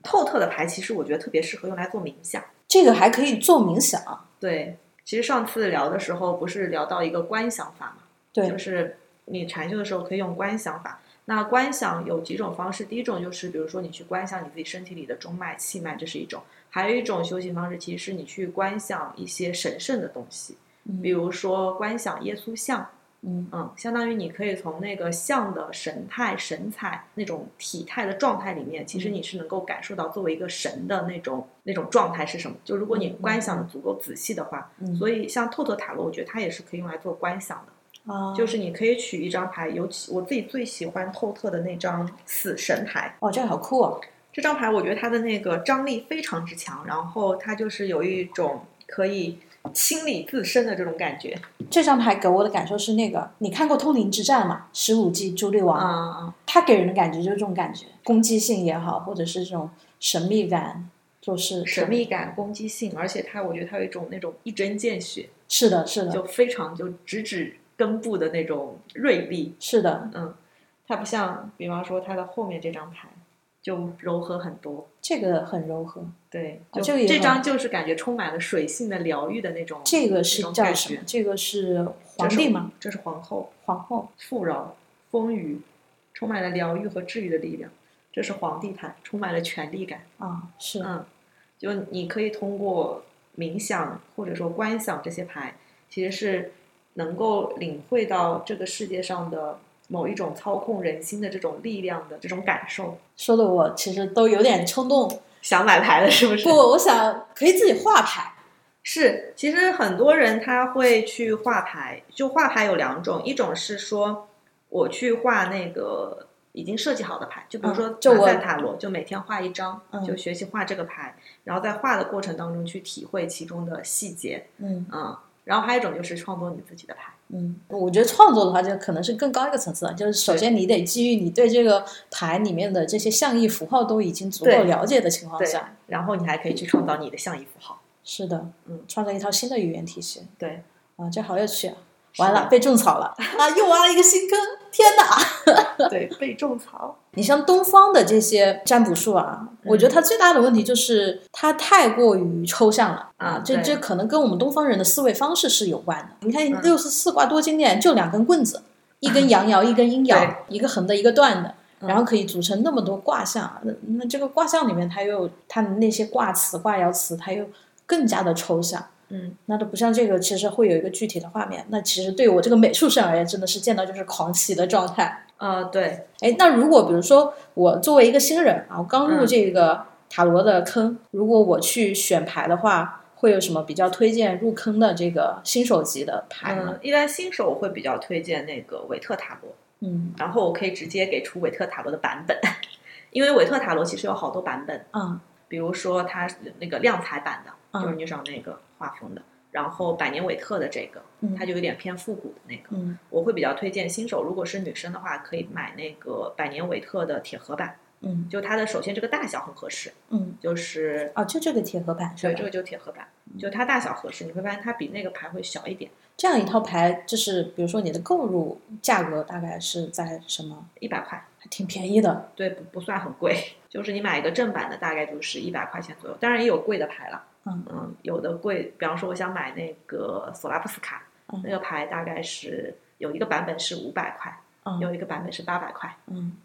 [SPEAKER 2] 透特的牌其实我觉得特别适合用来做冥想。
[SPEAKER 3] 这个还可以做冥想。
[SPEAKER 2] 对，其实上次聊的时候不是聊到一个观想法吗？就
[SPEAKER 3] 对，
[SPEAKER 2] 是你禅修的时候可以用观想法。那观想有几种方式，第一种就是比如说你去观想你自己身体里的中脉、气脉，这是一种；还有一种修行方式，其实是你去观想一些神圣的东西，比
[SPEAKER 3] 嗯
[SPEAKER 2] 如说观想耶稣像，
[SPEAKER 3] 嗯
[SPEAKER 2] 嗯，相当于你可以从那个像的神态、神采那种体态的状态里面，其实
[SPEAKER 3] 嗯
[SPEAKER 2] 你是能够感受到作为一个神的那种那种状态是什么。就如果你
[SPEAKER 3] 嗯嗯
[SPEAKER 2] 观想的足够仔细的话，
[SPEAKER 3] 嗯，
[SPEAKER 2] 所以像透透塔罗，我觉得它也是可以用来做观想的。
[SPEAKER 3] 啊，
[SPEAKER 2] 就是你可以取一张牌，尤其我自己最喜欢透特的那张死神牌。
[SPEAKER 3] 哦，这个好酷哦。
[SPEAKER 2] 这张牌我觉得它的那个张力非常之强，然后它就是有一种可以清理自身的这种感觉。
[SPEAKER 3] 这张牌给我的感受是那个，你看过《通灵之战》吗？十五季朱莉王，
[SPEAKER 2] 啊、
[SPEAKER 3] 他给人的感觉就是这种感觉，攻击性也好，或者是这种神秘感，就是
[SPEAKER 2] 神秘感、攻击性，而且它我觉得它有一种那种一针见血，
[SPEAKER 3] 是的，是的，
[SPEAKER 2] 就非常就直指根部的那种锐利。
[SPEAKER 3] 是的，
[SPEAKER 2] 嗯，它不像比方说它的后面这张牌就柔和很多。
[SPEAKER 3] 这个很柔和。
[SPEAKER 2] 对，
[SPEAKER 3] 啊
[SPEAKER 2] 就
[SPEAKER 3] 这个也
[SPEAKER 2] 这
[SPEAKER 3] 很
[SPEAKER 2] 张就是感觉充满了水性的疗愈的那种，
[SPEAKER 3] 这个
[SPEAKER 2] 那
[SPEAKER 3] 是
[SPEAKER 2] 种
[SPEAKER 3] 叫
[SPEAKER 2] 感
[SPEAKER 3] 什
[SPEAKER 2] 觉
[SPEAKER 3] 么？这个是
[SPEAKER 2] 这
[SPEAKER 3] 皇
[SPEAKER 2] 是
[SPEAKER 3] 帝吗？
[SPEAKER 2] 这是皇后，
[SPEAKER 3] 皇后。
[SPEAKER 2] 富饶、丰腴，充满了疗愈和治愈的力量。这是皇帝牌，充满了权力感。
[SPEAKER 3] 啊，是，
[SPEAKER 2] 嗯，就你可以通过冥想或者说观想这些牌，其实是能够领会到这个世界上的某一种操控人心的这种力量的这种感受。
[SPEAKER 3] 说的我其实都有点冲动。
[SPEAKER 2] 想买牌了是不是？
[SPEAKER 3] 不，我想可以自己画牌。
[SPEAKER 2] 是，其实很多人他会去画牌，就画牌有两种，一种是说我去画那个已经设计好的牌，就比如
[SPEAKER 3] 嗯
[SPEAKER 2] 说
[SPEAKER 3] 就
[SPEAKER 2] 马
[SPEAKER 3] 我
[SPEAKER 2] 赛塔罗，就每天画一张，就
[SPEAKER 3] 嗯
[SPEAKER 2] 学习画这个牌，然后在画的过程当中去体会其中的细节，
[SPEAKER 3] 嗯
[SPEAKER 2] 嗯，然后还有一种就是创作你自己的牌，
[SPEAKER 3] 嗯，我觉得创作的话，就可能是更高一个层次了。就是首先你得基于你对这个牌里面的这些象意符号都已经足够
[SPEAKER 2] 对
[SPEAKER 3] 了解的情况
[SPEAKER 2] 对
[SPEAKER 3] 下，，
[SPEAKER 2] 然后你还可以去创造你的象意符号，
[SPEAKER 3] 是的，
[SPEAKER 2] 嗯
[SPEAKER 3] 创造一套新的语言体系。
[SPEAKER 2] 对，
[SPEAKER 3] 啊，这好有趣啊！
[SPEAKER 2] 是
[SPEAKER 3] 完了，
[SPEAKER 2] 的
[SPEAKER 3] 被种草了 啊，又挖了一个新坑！天哪！
[SPEAKER 2] 对，被种草，
[SPEAKER 3] 你像东方的这些占卜术啊，我
[SPEAKER 2] 嗯
[SPEAKER 3] 觉得它最大的问题就是它太过于抽象了啊
[SPEAKER 2] 嗯，
[SPEAKER 3] 这
[SPEAKER 2] 对
[SPEAKER 3] 这可能跟我们东方人的思维方式是有关的。你看
[SPEAKER 2] 嗯
[SPEAKER 3] 六十四卦多经典，就两根棍子，一根阳爻，一根阴爻
[SPEAKER 2] 对，
[SPEAKER 3] 一个横的，一个断的。
[SPEAKER 2] 嗯
[SPEAKER 3] 然后可以组成那么多卦象，啊那那这个卦象里面，它又它的那些卦辞、卦爻辞，它又更加的抽象。
[SPEAKER 2] 嗯，
[SPEAKER 3] 那都不像这个，其实会有一个具体的画面。那其实对我这个美术生而言，真的是见到就是狂喜的状态。
[SPEAKER 2] 呃，对，
[SPEAKER 3] 哎，那如果比如说我作为一个新人啊，我刚入这个塔罗的坑，如果我去选牌的话，会有什么比较推荐入坑的这个新手级的牌吗？
[SPEAKER 2] 嗯，一般新手我会比较推荐那个韦特塔罗，
[SPEAKER 3] 嗯
[SPEAKER 2] 然后我可以直接给出韦特塔罗的版本，因为韦特塔罗其实有好多版本，
[SPEAKER 3] 嗯
[SPEAKER 2] 比如说它那个亮彩版的，
[SPEAKER 3] 嗯
[SPEAKER 2] 就是女长那个画风的，然后百年韦特的这个，
[SPEAKER 3] 嗯
[SPEAKER 2] 它就有点偏复古的那个，
[SPEAKER 3] 嗯
[SPEAKER 2] 我会比较推荐新手，如果是女生的话，可以买那个百年韦特的铁盒版，
[SPEAKER 3] 嗯
[SPEAKER 2] 就它的首先这个大小很合适，
[SPEAKER 3] 嗯，
[SPEAKER 2] 就是
[SPEAKER 3] 啊，就这个铁盒版是嗯
[SPEAKER 2] 对
[SPEAKER 3] 吧
[SPEAKER 2] 这？个就是铁盒版，就它大小合适，你会发现它比那个牌会小一点，
[SPEAKER 3] 这样一套牌，就是比如说你的购入价格大概是在什么？
[SPEAKER 2] 一百块，
[SPEAKER 3] 还挺便宜的。
[SPEAKER 2] 对不不算很贵，就是你买一个正版的大概就是一百块钱左右，当然也有贵的牌了，
[SPEAKER 3] 嗯
[SPEAKER 2] 嗯，有的贵，比方说我想买那个索拉布斯卡
[SPEAKER 3] 嗯，
[SPEAKER 2] 那个牌大概是有一个版本是五百块，有
[SPEAKER 3] 嗯
[SPEAKER 2] 一个版本是八百块，
[SPEAKER 3] 嗯，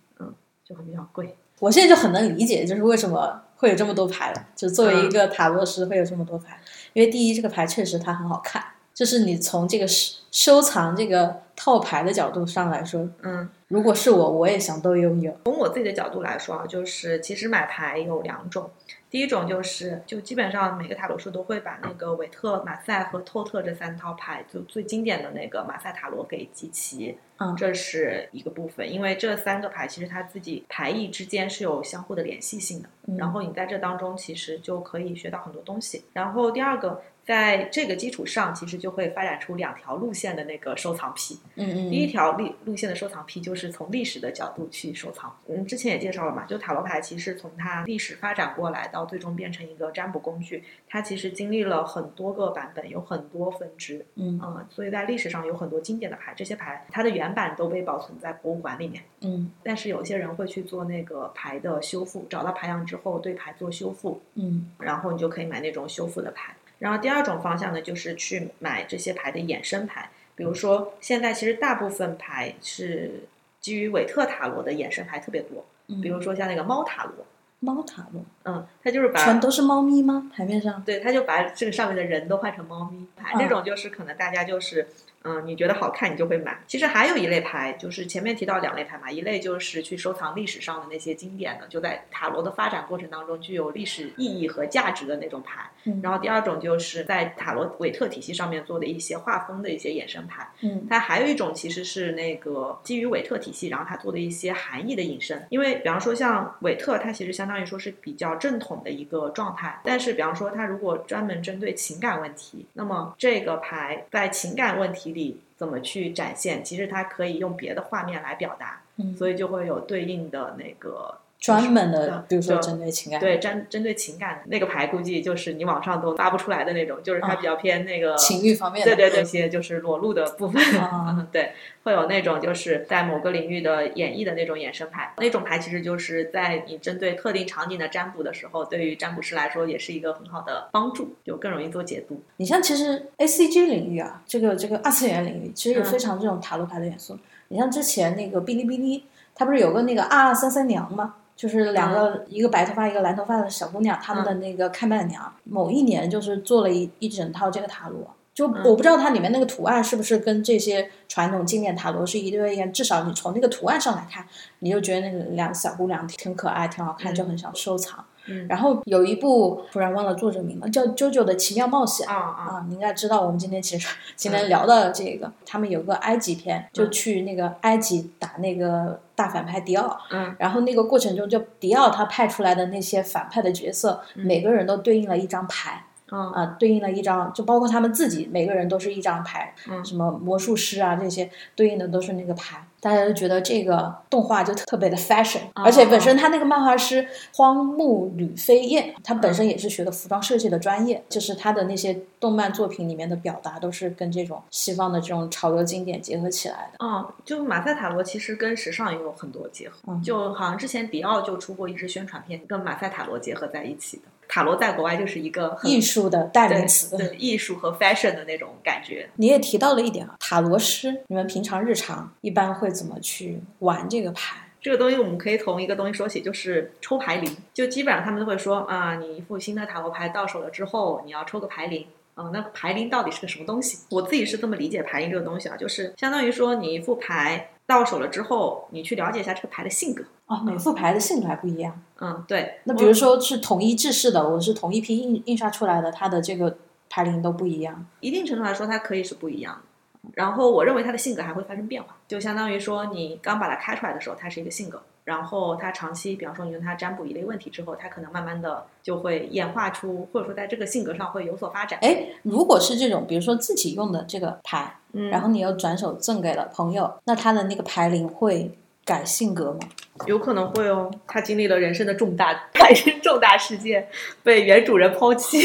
[SPEAKER 2] 就会比较贵。
[SPEAKER 3] 我现在就很能理解，就是为什么会有这么多牌了。就作
[SPEAKER 2] 嗯
[SPEAKER 3] 为一个塔罗师，会有这么多牌，因为第一，这个牌确实它很好看，就是你从这个收收藏这个套牌的角度上来说，
[SPEAKER 2] 嗯，
[SPEAKER 3] 如果是我，我也想都拥有。
[SPEAKER 2] 从我自己的角度来说啊，就是其实买牌有两种，第一种就是就基本上每个塔罗师都会把那个韦特、马赛和透特这三套牌，就最经典的那个马赛塔罗给集齐，
[SPEAKER 3] 嗯
[SPEAKER 2] 这是一个部分，因为这三个牌其实它自己牌意之间是有相互的联系性的。
[SPEAKER 3] 嗯
[SPEAKER 2] 然后你在这当中其实就可以学到很多东西。然后第二个，在这个基础上，其实就会发展出两条路线的那个收藏癖。
[SPEAKER 3] 嗯嗯，
[SPEAKER 2] 第一条历路线的收藏癖就是从历史的角度去收藏。嗯，之前也介绍了嘛，就塔罗牌其实从它历史发展过来到最终变成一个占卜工具，它其实经历了很多个版本，有很多分支。
[SPEAKER 3] 嗯
[SPEAKER 2] 嗯，所以在历史上有很多经典的牌，这些牌它的原版都被保存在博物馆里面。
[SPEAKER 3] 嗯
[SPEAKER 2] 但是有些人会去做那个牌的修复，找到牌样之后对牌做修复，
[SPEAKER 3] 嗯
[SPEAKER 2] 然后你就可以买那种修复的牌。然后第二种方向呢，就是去买这些牌的衍生牌，比如说现在其实大部分牌是基于韦特塔罗的衍生牌特别多，
[SPEAKER 3] 嗯，
[SPEAKER 2] 比如说像那个猫塔罗，
[SPEAKER 3] 猫塔罗，
[SPEAKER 2] 嗯，它就是把
[SPEAKER 3] 全都是猫咪吗？牌面上？
[SPEAKER 2] 对，他就把这个上面的人都换成猫咪牌，这
[SPEAKER 3] 嗯
[SPEAKER 2] 种就是可能大家就是，嗯，你觉得好看你就会买。其实还有一类牌，就是前面提到两类牌嘛，一类就是去收藏历史上的那些经典的，就在塔罗的发展过程当中具有历史意义和价值的那种牌。
[SPEAKER 3] 嗯
[SPEAKER 2] 然后第二种就是在塔罗韦特体系上面做的一些画风的一些衍生牌。
[SPEAKER 3] 嗯
[SPEAKER 2] 它还有一种其实是那个基于韦特体系，然后它做的一些含义的引申。因为比方说像韦特，它其实相当于说是比较正统的一个状态，但是比方说它如果专门针对情感问题，那么这个牌在情感问题里怎么去展现，其实它可以用别的画面来表达，
[SPEAKER 3] 嗯，
[SPEAKER 2] 所以就会有对应的那个。
[SPEAKER 3] 专门
[SPEAKER 2] 对
[SPEAKER 3] 的，比如说
[SPEAKER 2] 对
[SPEAKER 3] 针对情感，
[SPEAKER 2] 嗯对，针针对情感那个牌，估计就是你网上都发不出来的那种，就是它比较偏那个
[SPEAKER 3] 啊情欲方面的，
[SPEAKER 2] 对对对，一些就是裸露的部分，
[SPEAKER 3] 啊
[SPEAKER 2] 嗯， 对，会有那种就是在某个领域的演绎的那种衍生牌，那种牌其实就是在你针对特定场景的占卜的时候，对于占卜师来说也是一个很好的帮助，就更容易做解读。
[SPEAKER 3] 你像其实 A C G 领域啊，这个这个二次元领域，其实
[SPEAKER 2] 嗯
[SPEAKER 3] 有非常这种塔罗牌的元素。你像之前那个哔哩哔哩，它不是有个那个二二三三娘吗？就是两个、
[SPEAKER 2] 嗯
[SPEAKER 3] 一个白头发一个蓝头发的小姑娘，他们的那个看伴娘，某一年就是做了一一整套这个塔罗。就
[SPEAKER 2] 嗯
[SPEAKER 3] 我不知道它里面那个图案是不是跟这些传统经典塔罗是一对一样，至少你从那个图案上来看，你就觉得那个两个小姑娘挺可爱、挺好
[SPEAKER 2] 嗯
[SPEAKER 3] 看，就很想收藏。
[SPEAKER 2] 嗯
[SPEAKER 3] 然后有一部突然忘了作者名了，叫《啾啾的奇妙冒险》。
[SPEAKER 2] 啊啊，
[SPEAKER 3] 啊，你应该知道，我们今天其实今天聊的这个，他们有个埃及篇，就去那个埃及打那个大反派迪奥，
[SPEAKER 2] 嗯
[SPEAKER 3] 然后那个过程中，就迪奥他派出来的那些反派的角色，每个人都对应了一张牌
[SPEAKER 2] 嗯
[SPEAKER 3] 啊，对应了一张，就包括他们自己，每个人都是一张牌，
[SPEAKER 2] 嗯
[SPEAKER 3] 什么魔术师啊这些对应的都是那个牌，大家就觉得这个动画就特别的 fashion，
[SPEAKER 2] 啊
[SPEAKER 3] 而且本身他那个漫画师荒木吕飞燕，他本身也是学的服装设计的专业，就是他的那些动漫作品里面的表达都是跟这种西方的这种潮流经典结合起来的。
[SPEAKER 2] 嗯，就马赛塔罗其实跟时尚也有很多结合，
[SPEAKER 3] 嗯
[SPEAKER 2] 就好像之前迪奥就出过一支宣传片，跟马赛塔罗结合在一起的。塔罗在国外就是一个很
[SPEAKER 3] 艺术的代
[SPEAKER 2] 对
[SPEAKER 3] 名词，
[SPEAKER 2] 对艺术和 fashion 的那种感觉。
[SPEAKER 3] 你也提到了一点啊，塔罗师，你们平常日常一般会怎么去玩这个牌？
[SPEAKER 2] 这个东西我们可以从一个东西说起，就是抽牌灵。就基本上他们都会说啊，你一副新的塔罗牌到手了之后，你要抽个牌灵。嗯，那牌灵到底是个什么东西？我自己是这么理解牌灵这个东西啊，就是相当于说你一副牌，到手了之后，你去了解一下这个牌的性格。
[SPEAKER 3] 哦，每副牌的性格还不一样。
[SPEAKER 2] 嗯，对。
[SPEAKER 3] 那比如说是同一制式的，我是同一批印印刷出来的，它的这个牌龄都不一样。
[SPEAKER 2] 一定程度来说，它可以是不一样的。然后我认为它的性格还会发生变化，就相当于说你刚把它开出来的时候，它是一个性格，然后它长期，比方说你用它占卜一类问题之后，它可能慢慢的就会演化出，或者说在这个性格上会有所发展。
[SPEAKER 3] 哎，如果是这种，比如说自己用的这个牌，
[SPEAKER 2] 嗯，
[SPEAKER 3] 然后你又转手赠给了朋友，那他的那个牌龄会改性格吗？
[SPEAKER 2] 有可能会哦，他经历了人生的重大人生重大事件，被原主人抛弃，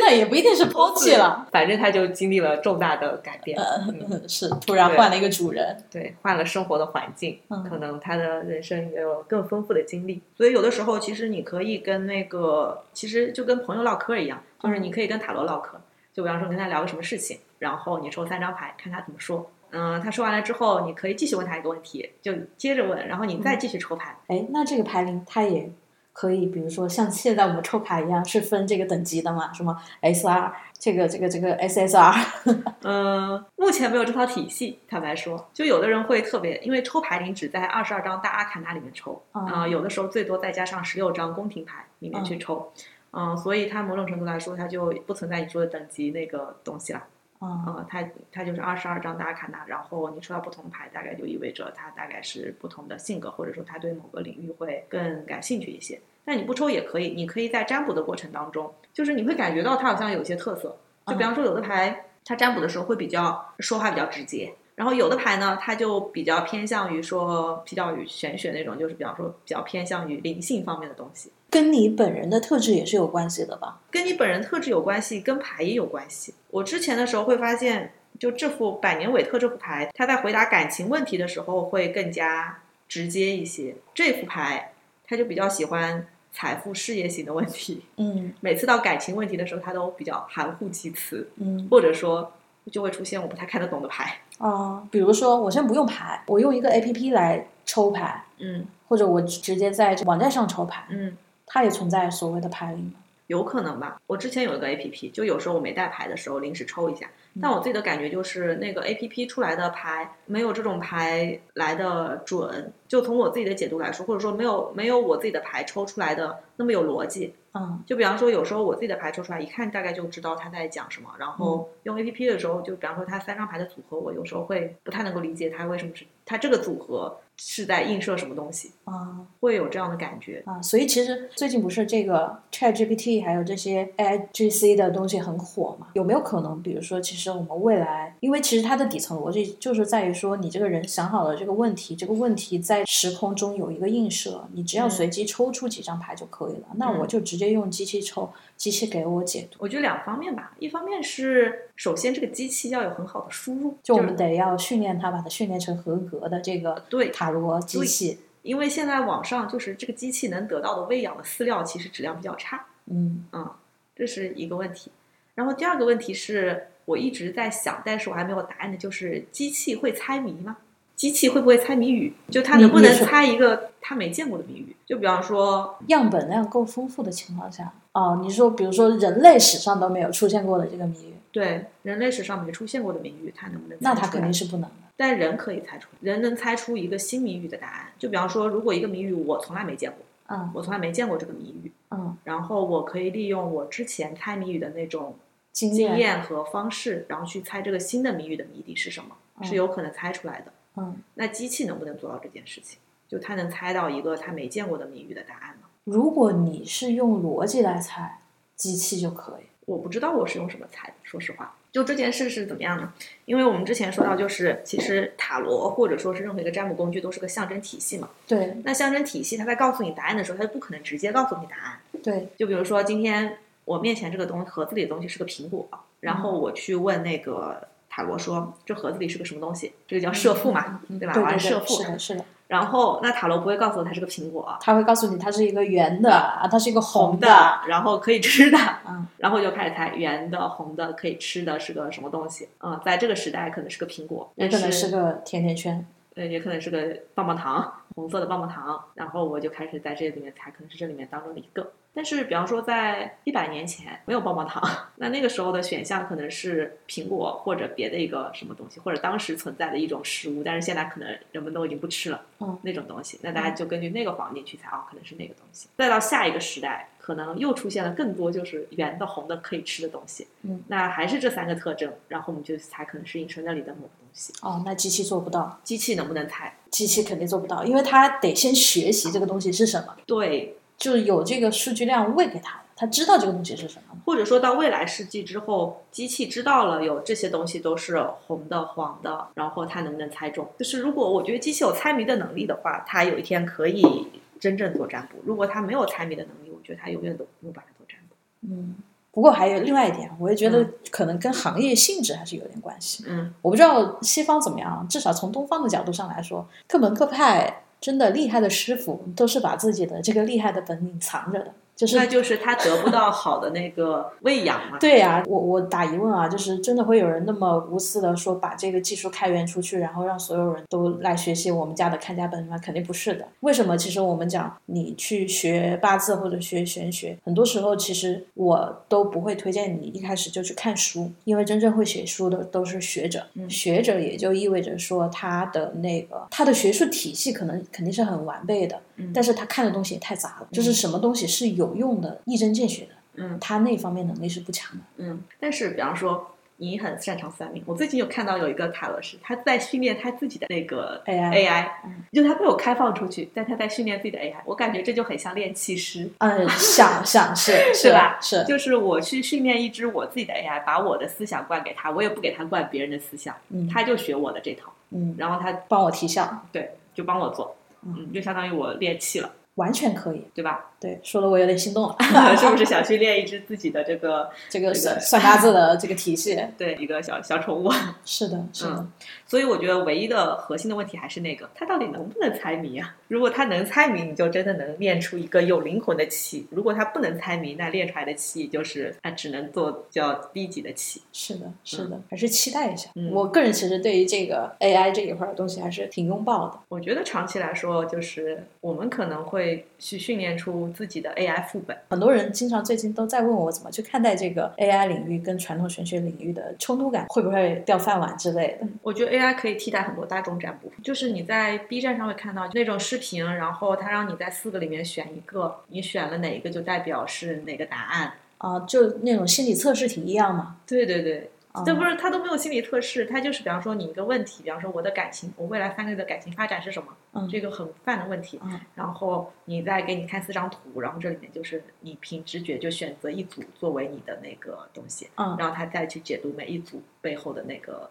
[SPEAKER 3] 那也不一定是抛弃 了，，
[SPEAKER 2] 反正他就经历了重大的改变。嗯
[SPEAKER 3] 是突然换了一个主人。
[SPEAKER 2] 对，换了生活的环境，
[SPEAKER 3] 嗯
[SPEAKER 2] 可能他的人生也有更丰富的经历。所以有的时候，其实你可以跟那个，其实就跟朋友唠嗑一样，就是你可以跟塔罗唠嗑，就比方说你跟他聊个什么事情，然后你抽三张牌，看他怎么说。嗯，他说完了之后，你可以继续问他一个问题，就接着问，然后你再继续抽牌。
[SPEAKER 3] 哎，那这个牌龄它也可以，比如说像现在我们抽牌一样，是分这个等级的嘛？什么 SR，这个这个这个 SSR，
[SPEAKER 2] 嗯，目前没有这套体系，坦白说，就有的人会特别，因为抽牌灵只在二十二张大阿卡那里面抽，啊、有的时候最多再加上十六张宫廷牌里面去抽，嗯、所以它某种程度来说，它就不存在你说的等级那个东西了，
[SPEAKER 3] 啊
[SPEAKER 2] 呃，它它就是二十二张大卡纳，然后你抽到不同牌，大概就意味着它大概是不同的性格，或者说他对某个领域会更感兴趣一些。但你不抽也可以，你可以在占卜的过程当中，就是你会感觉到它好像有些特色，就比方说有的牌，它占卜的时候会比较说话比较直接。然后有的牌呢，它就比较偏向于说比较与玄学那种，就是比方说比较偏向于灵性方面的东西。
[SPEAKER 3] 跟你本人的特质也是有关系的吧？
[SPEAKER 2] 跟你本人特质有关系，跟牌也有关系。我之前的时候会发现，就这副百年韦特这副牌，它在回答感情问题的时候会更加直接一些。这副牌，它就比较喜欢财富、事业型的问题。
[SPEAKER 3] 嗯
[SPEAKER 2] 每次到感情问题的时候，它都比较含糊其辞，
[SPEAKER 3] 嗯
[SPEAKER 2] 或者说就会出现我不太看得懂的牌。
[SPEAKER 3] 啊，比如说我先不用牌，我用一个 APP 来抽牌，
[SPEAKER 2] 嗯
[SPEAKER 3] 或者我直接在网站上抽牌，
[SPEAKER 2] 嗯，
[SPEAKER 3] 它也存在所谓的牌龄吗？
[SPEAKER 2] 有可能吧。我之前有一个 A P P，就有时候我没带牌的时候临时抽一下，但我自己的感觉就是那个 A P P 出来的牌没有这种牌来的准。就从我自己的解读来说，或者说没有没有我自己的牌抽出来的那么有逻辑。
[SPEAKER 3] 嗯
[SPEAKER 2] 就比方说，有时候我自己的牌抽出来，一看大概就知道他在讲什么。然后用 A P P 的时候，就比方说它三张牌的组合，我有时候会不太能够理解它为什么是它这个组合是在映射什么东西，
[SPEAKER 3] 啊。
[SPEAKER 2] 会有这样的感觉。
[SPEAKER 3] 啊，所以其实最近不是这个 ChatGPT 还有这些 AIGC 的东西很火嘛？有没有可能，比如说，其实我们未来，因为其实它的底层逻辑就是在于说，你这个人想好了这个问题，这个问题在时空中有一个映射，你只要
[SPEAKER 2] 嗯
[SPEAKER 3] 随机抽出几张牌就可以了。那
[SPEAKER 2] 嗯
[SPEAKER 3] 我就直接用机器抽，机器给我解读。
[SPEAKER 2] 我觉得两方面吧，一方面是首先这个机器要有很好的输入，
[SPEAKER 3] 就我
[SPEAKER 2] 是
[SPEAKER 3] 们得要训练它，把它训练成合格的这个
[SPEAKER 2] 对
[SPEAKER 3] 塔罗机
[SPEAKER 2] 对
[SPEAKER 3] 器。
[SPEAKER 2] 因为现在网上就是这个机器能得到的喂养的饲料其实质量比较差，
[SPEAKER 3] 嗯
[SPEAKER 2] 嗯，这是一个问题。然后第二个问题是我一直在想，但是我还没有答案的就是机器会猜谜吗？机器会不会猜谜语？就它
[SPEAKER 3] 你
[SPEAKER 2] 能不能
[SPEAKER 3] 你说
[SPEAKER 2] 猜一个它没见过的谜语？就比方说，
[SPEAKER 3] 样本量够丰富的情况下，哦，你说比如说人类史上都没有出现过的这个谜语，
[SPEAKER 2] 对人类史上没出现过的谜语，它能不能猜
[SPEAKER 3] 那他
[SPEAKER 2] 出
[SPEAKER 3] 肯
[SPEAKER 2] 来
[SPEAKER 3] 定是不能的。
[SPEAKER 2] 但人可以猜出，人能猜出一个新谜语的答案。就比方说，如果一个谜语我从来没见过，
[SPEAKER 3] 嗯
[SPEAKER 2] 我从来没见过这个谜语，
[SPEAKER 3] 嗯，
[SPEAKER 2] 然后我可以利用我之前猜谜语的那种
[SPEAKER 3] 经
[SPEAKER 2] 经
[SPEAKER 3] 验，
[SPEAKER 2] 验和方式，然后去猜这个新的谜语的谜底是什么，
[SPEAKER 3] 嗯
[SPEAKER 2] 是有可能猜出来的。
[SPEAKER 3] 嗯，
[SPEAKER 2] 那机器能不能做到这件事情？就它能猜到一个它没见过的谜语的答案吗？
[SPEAKER 3] 如果你是用逻辑来猜，机器就可以。
[SPEAKER 2] 我不知道我是用什么猜的，说实话。就这件事是怎么样呢？因为我们之前说到，就是其实塔罗或者说是任何一个占卜工具都是个象征体系嘛。
[SPEAKER 3] 对
[SPEAKER 2] 那象征体系，它在告诉你答案的时候，它就不可能直接告诉你答案。
[SPEAKER 3] 对，
[SPEAKER 2] 就比如说，今天我面前这个东盒子里的东西是个苹果，然
[SPEAKER 3] 嗯
[SPEAKER 2] 后我去问那个塔罗说，这盒子里是个什么东西？这个叫设父嘛，
[SPEAKER 3] 嗯
[SPEAKER 2] 对吧？
[SPEAKER 3] 对
[SPEAKER 2] 玩
[SPEAKER 3] 对
[SPEAKER 2] 设
[SPEAKER 3] 对，
[SPEAKER 2] 父
[SPEAKER 3] 是。的，嗯是的，
[SPEAKER 2] 然后那塔罗不会告诉我它是个苹果，
[SPEAKER 3] 他会告诉你它是一个圆的啊，它是一个红的，
[SPEAKER 2] 的，然后可以吃的，
[SPEAKER 3] 嗯，
[SPEAKER 2] 然后我就开始猜圆的、红的可以吃的是个什么东西。嗯，在这个时代可能是个苹果，
[SPEAKER 3] 也
[SPEAKER 2] 但
[SPEAKER 3] 可能是个甜甜圈。
[SPEAKER 2] 呃，也可能是个棒棒糖，红色的棒棒糖，然后我就开始在这里面猜，可能是这里面当中的一个。但是，比方说在一百年前没有棒棒糖， 那那个时候的选项可能是苹果或者别的一个什么东西，或者当时存在的一种食物，但是现在可能人们都已经不吃了，
[SPEAKER 3] 嗯
[SPEAKER 2] 那种东西。那大家就根据那个房间去猜，哦，可能是那个东西。再到下一个时代，可能又出现了更多就是圆的、红的可以吃的东西。
[SPEAKER 3] 嗯，
[SPEAKER 2] 那还是这三个特征，然后我们就猜可能是映射那里的某个东西。
[SPEAKER 3] 哦，那机器做不到，
[SPEAKER 2] 机器能不能猜？
[SPEAKER 3] 机器肯定做不到，因为它得先学习这个东西是什么，
[SPEAKER 2] 对，
[SPEAKER 3] 就是有这个数据量喂给它，它知道这个东西是什么。
[SPEAKER 2] 或者说到未来世纪之后，机器知道了有这些东西都是红的、黄的，然后它能不能猜中？就是如果我觉得机器有猜谜的能力的话，它有一天可以真正做占卜；如果它没有猜谜的能力，我觉得它永远都没有办法做占卜。
[SPEAKER 3] 嗯，不过还有另外一点，啊我也觉得可能跟行业性质还是有点关系。
[SPEAKER 2] 嗯，
[SPEAKER 3] 我不知道西方怎么样，啊至少从东方的角度上来说，各门各派真的厉害的师傅都是把自己的这个厉害的本领藏着的，就是
[SPEAKER 2] 那就是它得不到好的那个喂养嘛。
[SPEAKER 3] 对呀、我我打疑问啊，就是真的会有人那么无私的说把这个技术开源出去，然后让所有人都来学习我们家的看家本领吗？肯定不是的。为什么？其实我们讲你去学八字或者学玄学，很多时候其实我都不会推荐你一开始就去看书，因为真正会写书的都是学者。
[SPEAKER 5] 嗯
[SPEAKER 3] 学者也就意味着说他的那个他的学术体系可能肯定是很完备的，
[SPEAKER 5] 嗯
[SPEAKER 3] 但是他看的东西也太杂了，就是什么东西是有用的，一针见血的。
[SPEAKER 2] 嗯
[SPEAKER 3] 他那方面能力是不强的。
[SPEAKER 2] 嗯，但是比方说。你很擅长算命，我最近有看到有一个塔罗师，他在训练他自己的那个
[SPEAKER 3] AI
[SPEAKER 2] AI，
[SPEAKER 3] 嗯
[SPEAKER 2] 就他没有开放出去，但他在训练自己的 AI，我感觉这就很像练气师，
[SPEAKER 3] 嗯，想 想是
[SPEAKER 2] 是吧
[SPEAKER 3] 是
[SPEAKER 2] 就是我去训练一只我自己的 AI，把我的思想灌给他，我也不给他灌别人的思想，
[SPEAKER 3] 嗯
[SPEAKER 2] 他就学我的这套，
[SPEAKER 3] 嗯，
[SPEAKER 2] 然后他
[SPEAKER 3] 帮我提效，
[SPEAKER 2] 对就帮我做，嗯，就相当于我练气了，
[SPEAKER 3] 完全可以。
[SPEAKER 2] 对 吧？
[SPEAKER 3] 对，说的我有点 心动了。
[SPEAKER 2] 是不是想去练一只自己的这个
[SPEAKER 3] 这个
[SPEAKER 2] 这个
[SPEAKER 3] 算算八字的这个体系，
[SPEAKER 2] 对一个小小宠物？
[SPEAKER 3] 是的，是的
[SPEAKER 2] 嗯，所以我觉得唯一的核心的问题还是那个，他到底能不能猜谜啊？如果他能猜谜，你就真的能练出一个有灵魂的棋；如果他不能猜谜，那练出来的棋就是他只能做比较低级的棋。
[SPEAKER 3] 是的，是的，还是期待一下
[SPEAKER 2] 嗯。
[SPEAKER 3] 我个人其实对于这个 AI 这一块的东西还是挺拥抱的。
[SPEAKER 2] 我觉得长期来说，就是我们可能会去训练出自己的 AI 副本。
[SPEAKER 3] 很多人经常最近都在问我怎么去看待这个 AI 领域跟传统玄学领域的冲突感，会不会掉饭碗之类的。
[SPEAKER 2] 我觉得 AI 可以替代很多大众占卜，就是你在 B 站上会看到那种视频，然后它让你在四个里面选一个，你选了哪一个就代表是哪个答案。
[SPEAKER 3] 啊，就那种心理测试题一样嘛。
[SPEAKER 2] 对对对，
[SPEAKER 3] 啊
[SPEAKER 2] 这不是他都没有心理测试，他就是比方说你一个问题，比方说我的感情，我未来三个月的感情发展是什么？
[SPEAKER 3] 嗯
[SPEAKER 2] 这个很泛的问题。
[SPEAKER 3] 嗯
[SPEAKER 2] 然后你再给你看四张图，然后这里面就是你凭直觉就选择一组作为你的那个东西，
[SPEAKER 3] 嗯
[SPEAKER 2] 然后他再去解读每一组背后的那个。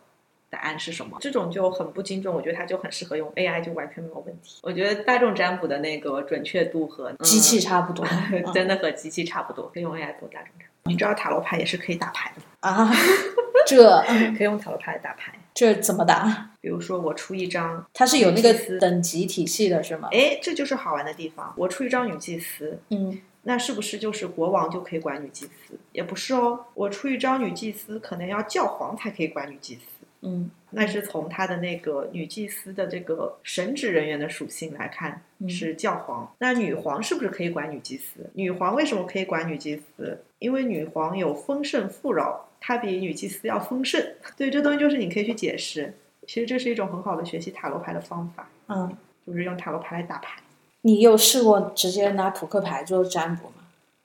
[SPEAKER 2] 答案是什么？这种就很不精准，我觉得它就很适合用 AI，就完全没有问题。我觉得大众占卜的那个准确度和、嗯
[SPEAKER 3] 机器嗯差不 多
[SPEAKER 2] 真的和机器差不多，可以用 AI 做大众占卜。
[SPEAKER 5] 你知道塔罗牌也是可以打牌的吗，
[SPEAKER 3] 啊，这
[SPEAKER 2] 可以用塔罗牌打牌，
[SPEAKER 3] 这怎么打？
[SPEAKER 2] 比如说我出一张
[SPEAKER 3] 它是有那个
[SPEAKER 2] 女祭司
[SPEAKER 3] 等级体系的，是吗？
[SPEAKER 5] 哎，这就是好玩的地方。
[SPEAKER 2] 我出一张女祭司，
[SPEAKER 3] 嗯，
[SPEAKER 2] 那是不是就是国王就可以管女祭司？
[SPEAKER 5] 也不是哦，我出一张女祭司，可能要教皇才可以管女祭司。
[SPEAKER 3] 嗯
[SPEAKER 5] 那是从她的那个女祭司的这个神职人员的属性来看，
[SPEAKER 3] 嗯
[SPEAKER 5] 是教皇。那女皇是不是可以管女祭司？女皇为什么可以管女祭司？因为女皇有丰盛富饶，她比女祭司要丰盛。 对，这东西就是你可以去解释。其实这是一种很好的学习塔罗牌的方法，
[SPEAKER 3] 嗯，
[SPEAKER 5] 就是用塔罗牌来打牌。
[SPEAKER 3] 你有试过直接拿扑克牌做占卜吗？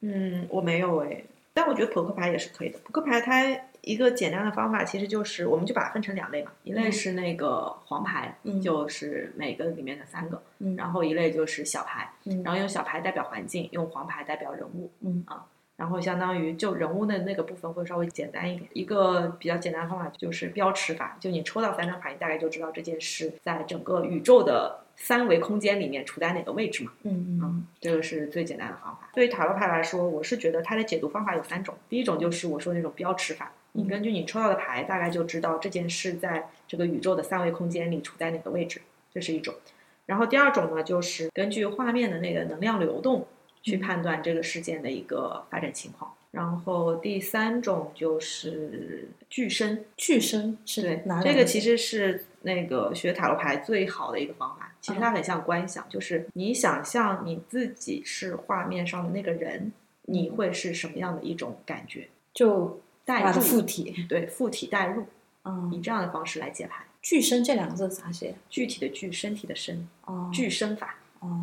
[SPEAKER 5] 嗯，我没有哎，但我觉得扑克牌也是可以的。扑克牌它一个简单的方法，其实就是我们就把它分成两类嘛，
[SPEAKER 2] 一类是那个黄牌，
[SPEAKER 3] 嗯
[SPEAKER 2] 就是每个里面的三个，
[SPEAKER 3] 嗯
[SPEAKER 2] 然后一类就是小牌，
[SPEAKER 3] 嗯
[SPEAKER 2] 然后用小牌代表环境，用黄牌代表人物，
[SPEAKER 3] 嗯
[SPEAKER 2] 啊。然后相当于就人物的那个部分会稍微简单一点，一个比较简单的方法就是标尺法，就你抽到三张牌，你大概就知道这件事在整个宇宙的三维空间里面处在哪个位置嘛。
[SPEAKER 3] 嗯
[SPEAKER 2] 嗯，这个是最简单的方法。对于塔罗牌来说，我是觉得它的解读方法有三种。第一种就是我说那种标尺法，你
[SPEAKER 3] 嗯
[SPEAKER 2] 根据你抽到的牌，大概就知道这件事在这个宇宙的三维空间里处在哪个位置，这是一种。然后第二种呢，就是根据画面的那个能量流动去判断这个事件的一个发展情况。然后第三种就是具身，
[SPEAKER 3] 具身是
[SPEAKER 2] 对
[SPEAKER 3] 哪，
[SPEAKER 2] 这个其
[SPEAKER 3] 实
[SPEAKER 2] 实是那个学塔罗牌最好的一个方法，其实它很像观想，就是你想象你自己是画面上的那个人，你会是什么样的一种感觉？
[SPEAKER 3] 就
[SPEAKER 2] 代
[SPEAKER 3] 画的
[SPEAKER 2] 入
[SPEAKER 3] 附体。
[SPEAKER 2] 对附体代入，以
[SPEAKER 3] 嗯，
[SPEAKER 2] 这样的方式来解牌。
[SPEAKER 3] 具身这两个字咋写？
[SPEAKER 2] 具体的具，身体的身，
[SPEAKER 3] 哦，
[SPEAKER 2] 具身法，
[SPEAKER 3] 哦，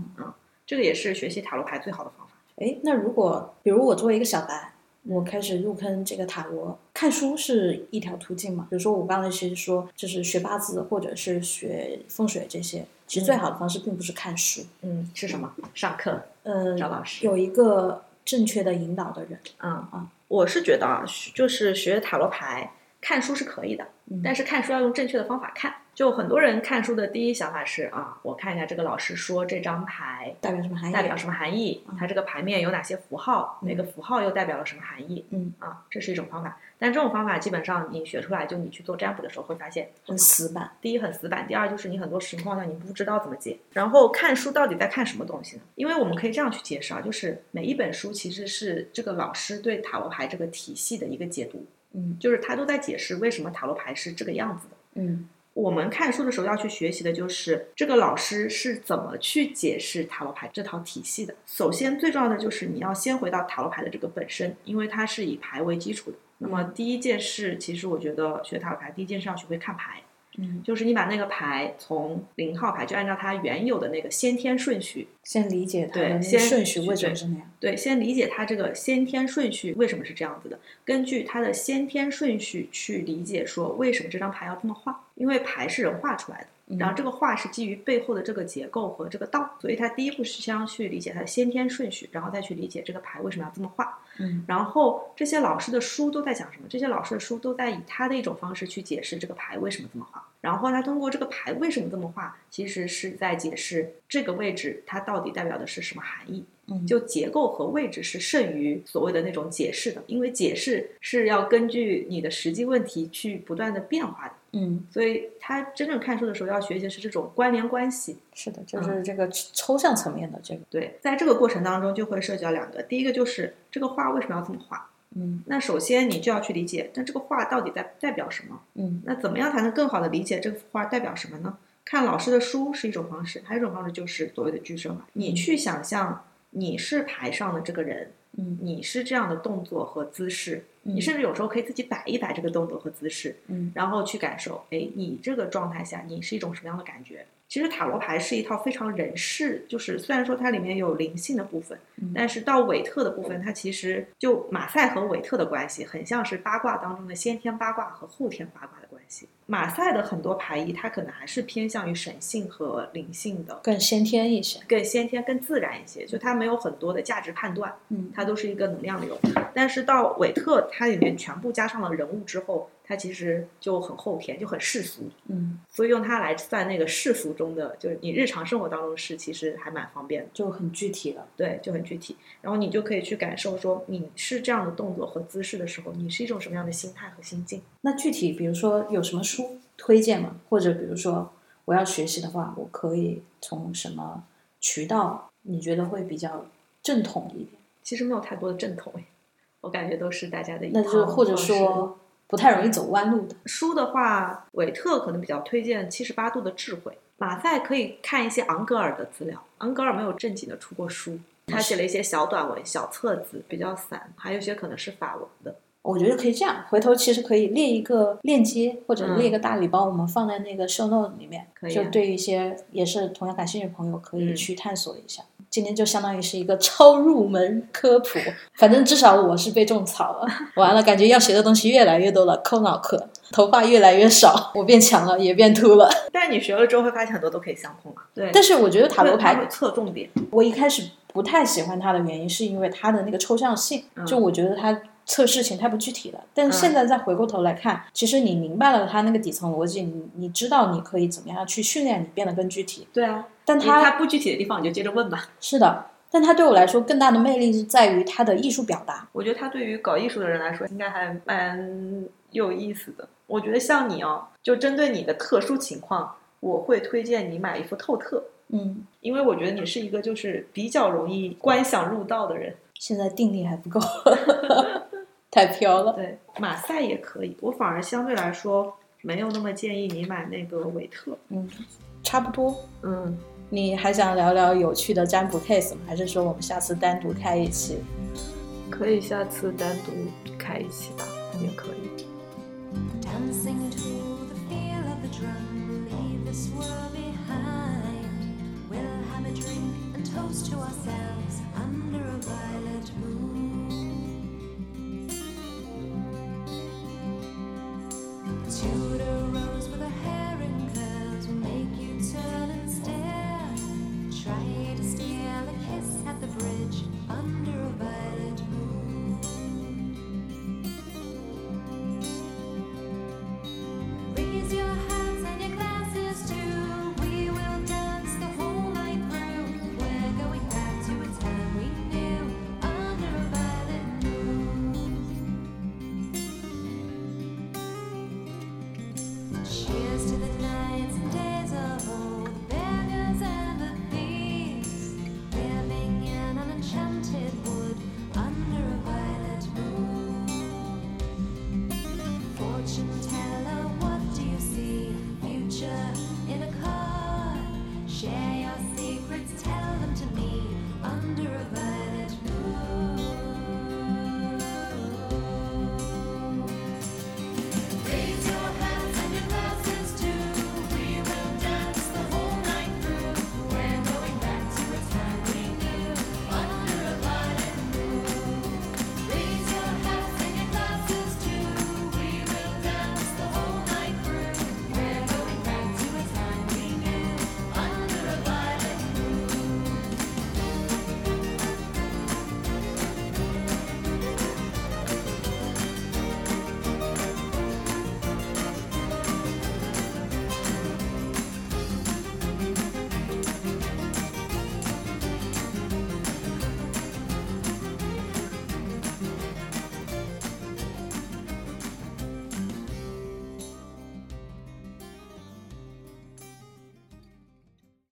[SPEAKER 2] 这个也是学习塔罗牌最好的方法。
[SPEAKER 3] 哎，那如果比如我作为一个小白，
[SPEAKER 2] 嗯
[SPEAKER 3] 我开始入坑这个塔罗，看书是一条途径嘛？比如说我刚才其实说，就是学八字或者是学风水这些，其实最好的方式并不是看书，
[SPEAKER 2] 嗯，是什么？上课
[SPEAKER 3] 呃，
[SPEAKER 2] 找老师。
[SPEAKER 3] 有一个正确的引导的人，
[SPEAKER 2] 嗯
[SPEAKER 3] 啊，
[SPEAKER 2] 我是觉得啊，学就是学塔罗牌，看书是可以的，
[SPEAKER 3] 嗯
[SPEAKER 2] 但是看书要用正确的方法看。就很多人看书的第一想法是啊，我看一下这个老师说这张牌
[SPEAKER 3] 代表什么含义？
[SPEAKER 2] 代表什么含义
[SPEAKER 3] 嗯，
[SPEAKER 2] 它这个牌面有哪些符号，
[SPEAKER 3] 嗯
[SPEAKER 2] 每个符号又代表了什么含义。
[SPEAKER 3] 嗯，
[SPEAKER 2] 啊，这是一种方法，但这种方法基本上你学出来，就你去做占卜的时候会发现，
[SPEAKER 3] 很嗯死板。
[SPEAKER 2] 第一很死板，第二就是你很多情况下你不知道怎么解。然后看书到底在看什么东西呢？因为我们可以这样去解释啊，就是每一本书其实是这个老师对塔罗牌这个体系的一个解读，
[SPEAKER 3] 嗯
[SPEAKER 2] 就是他都在解释为什么塔罗牌是这个样子的。
[SPEAKER 3] 嗯
[SPEAKER 2] 我们看书的时候要去学习的就是这个老师是怎么去解释塔罗牌这套体系的。首先，最重要的就是你要先回到塔罗牌的这个本身，因为它是以牌为基础的。那
[SPEAKER 3] 嗯
[SPEAKER 2] 么第一件事，其实我觉得学塔罗牌第一件事要学会看牌，
[SPEAKER 3] 嗯，
[SPEAKER 2] 就是你把那个牌从零号牌，就按照它原有的那个先天顺序，
[SPEAKER 3] 先理解它的
[SPEAKER 2] 对
[SPEAKER 3] 那个
[SPEAKER 2] 先
[SPEAKER 3] 顺序为什么
[SPEAKER 2] 对
[SPEAKER 3] 是那样。
[SPEAKER 2] 对，先理解它这个先天顺序为什么是这样子的，根据它的先天顺序去理解说为什么这张牌要这么画，因为牌是人画出来的。
[SPEAKER 3] 嗯
[SPEAKER 2] 然后这个画是基于背后的这个结构和这个道，所以它第一步是先要去理解它的先天顺序，然后再去理解这个牌为什么要这么画。
[SPEAKER 3] 嗯
[SPEAKER 2] 然后这些老师的书都在讲什么？这些老师的书都在以他的一种方式去解释这个牌为什么这么画。然后他通过这个牌为什么这么画，其实是在解释这个位置它到底代表的是什么含义。
[SPEAKER 3] 嗯，
[SPEAKER 2] 就结构和位置是胜于所谓的那种解释的，因为解释是要根据你的实际问题去不断的变化的。
[SPEAKER 3] 嗯
[SPEAKER 2] 所以他真正看书的时候要学习的是这种关联关系。
[SPEAKER 3] 是的，就是这个抽象层面的这个
[SPEAKER 2] 对，在这个过程当中就会涉及到两个，第一个就是这个画为什么要这么画？
[SPEAKER 3] 嗯
[SPEAKER 2] 那首先你就要去理解，那这个画到底代代表什么？
[SPEAKER 3] 嗯
[SPEAKER 2] 那怎么样才能更好的理解这幅画代表什么呢？看老师的书是一种方式，还有一种方式就是所谓的具身法，你去想象你是牌上的这个人，
[SPEAKER 3] 嗯
[SPEAKER 2] 你是这样的动作和姿势，你甚至有时候可以自己摆一摆这个动作和姿势，
[SPEAKER 3] 嗯
[SPEAKER 2] 然后去感受，哎，你这个状态下你是一种什么样的感觉？其实塔罗牌是一套非常人事，就是虽然说它里面有灵性的部分，
[SPEAKER 3] 嗯
[SPEAKER 2] 但是到韦特的部分，它其实就马赛和韦特的关系很像是八卦当中的先天八卦和后天八卦的关系。马赛的很多牌意，它可能还是偏向于神性和灵性的，
[SPEAKER 3] 更先天一些。
[SPEAKER 2] 更先天、更自然一些，就它没有很多的价值判断。
[SPEAKER 3] 嗯
[SPEAKER 2] 它都是一个能量流。但是到韦特，它里面全部加上了人物之后，它其实就很后天，就很世俗。
[SPEAKER 3] 嗯，
[SPEAKER 2] 所以用它来算那个世俗中的，就是你日常生活当中的事，其实还蛮方便的。
[SPEAKER 3] 就很具体了。
[SPEAKER 2] 对，就很具体。然后你就可以去感受说，你是这样的动作和姿势的时候，你是一种什么样的心态和心境。
[SPEAKER 3] 那具体比如说有什么书推荐吗？或者比如说我要学习的话，我可以从什么渠道？你觉得会比较正统一点？
[SPEAKER 2] 其实没有太多的正统，哎我感觉都是大家的一
[SPEAKER 3] 那就是
[SPEAKER 2] 套
[SPEAKER 3] 啊或者
[SPEAKER 2] 方式
[SPEAKER 3] 说不太容易走弯路的。
[SPEAKER 2] 书的话，韦特可能比较推荐《七十八度的智慧》，马赛可以看一些昂格尔的资料。昂格尔没有正经的出过书，他写了一些小短文、小册子，比较散，还有一些可能是法文的。
[SPEAKER 3] 我觉得可以这样，回头其实可以列一个链接或者
[SPEAKER 2] 嗯
[SPEAKER 3] 列一个大礼包，我们放在那个 show note 里面，
[SPEAKER 2] 可以
[SPEAKER 3] 就
[SPEAKER 2] 啊
[SPEAKER 3] 对于一些也是同样感兴趣的朋友可以
[SPEAKER 2] 嗯
[SPEAKER 3] 去探索一下。今天就相当于是一个超入门科普，反正至少我是被种草了。完了，感觉要学的东西越来越多了，抠脑壳，头发越来越少，我变强了，也变秃了。
[SPEAKER 2] 但是你学了之后会发现很多都可以相通啊。对，
[SPEAKER 3] 但
[SPEAKER 2] 是
[SPEAKER 3] 是我觉得塔罗牌
[SPEAKER 2] 侧重点，
[SPEAKER 3] 我一开始不太喜欢它的原因，是因为它的那个抽象性，
[SPEAKER 2] 嗯
[SPEAKER 3] 就我觉得它测事情太不具体了。但现在再回过头来看，其实你明白了它那个底层逻辑，你你知道你可以怎么样去训练你变得更具体。
[SPEAKER 2] 对啊。
[SPEAKER 3] 但
[SPEAKER 2] 他
[SPEAKER 3] 它
[SPEAKER 2] 不具体的地方，你就接着问吧。
[SPEAKER 3] 是的，但它对我来说更大的魅力是在于它的艺术表达。
[SPEAKER 2] 我觉得他对于搞艺术的人来说，应该还蛮有意思的。我觉得像你哦，就针对你的特殊情况，我会推荐你买一幅透特。
[SPEAKER 3] 嗯，
[SPEAKER 2] 因为我觉得你是一个就是比较容易观想入道的人。
[SPEAKER 3] 现在定力还不够， 太飘了。
[SPEAKER 2] 对，马赛也可以，我反而相对来说没有那么建议你买那个韦特。
[SPEAKER 3] 嗯，差不多。
[SPEAKER 2] 嗯，
[SPEAKER 3] 你还想聊聊有趣的占卜 case 吗？还是说我们下次单独开一期？
[SPEAKER 2] 可以下次单独开一期吧，也可以。
[SPEAKER 6] Dancing to the feel of the drum, leave this world behind. We'll have a drink and toast to ourselves under a violet moon.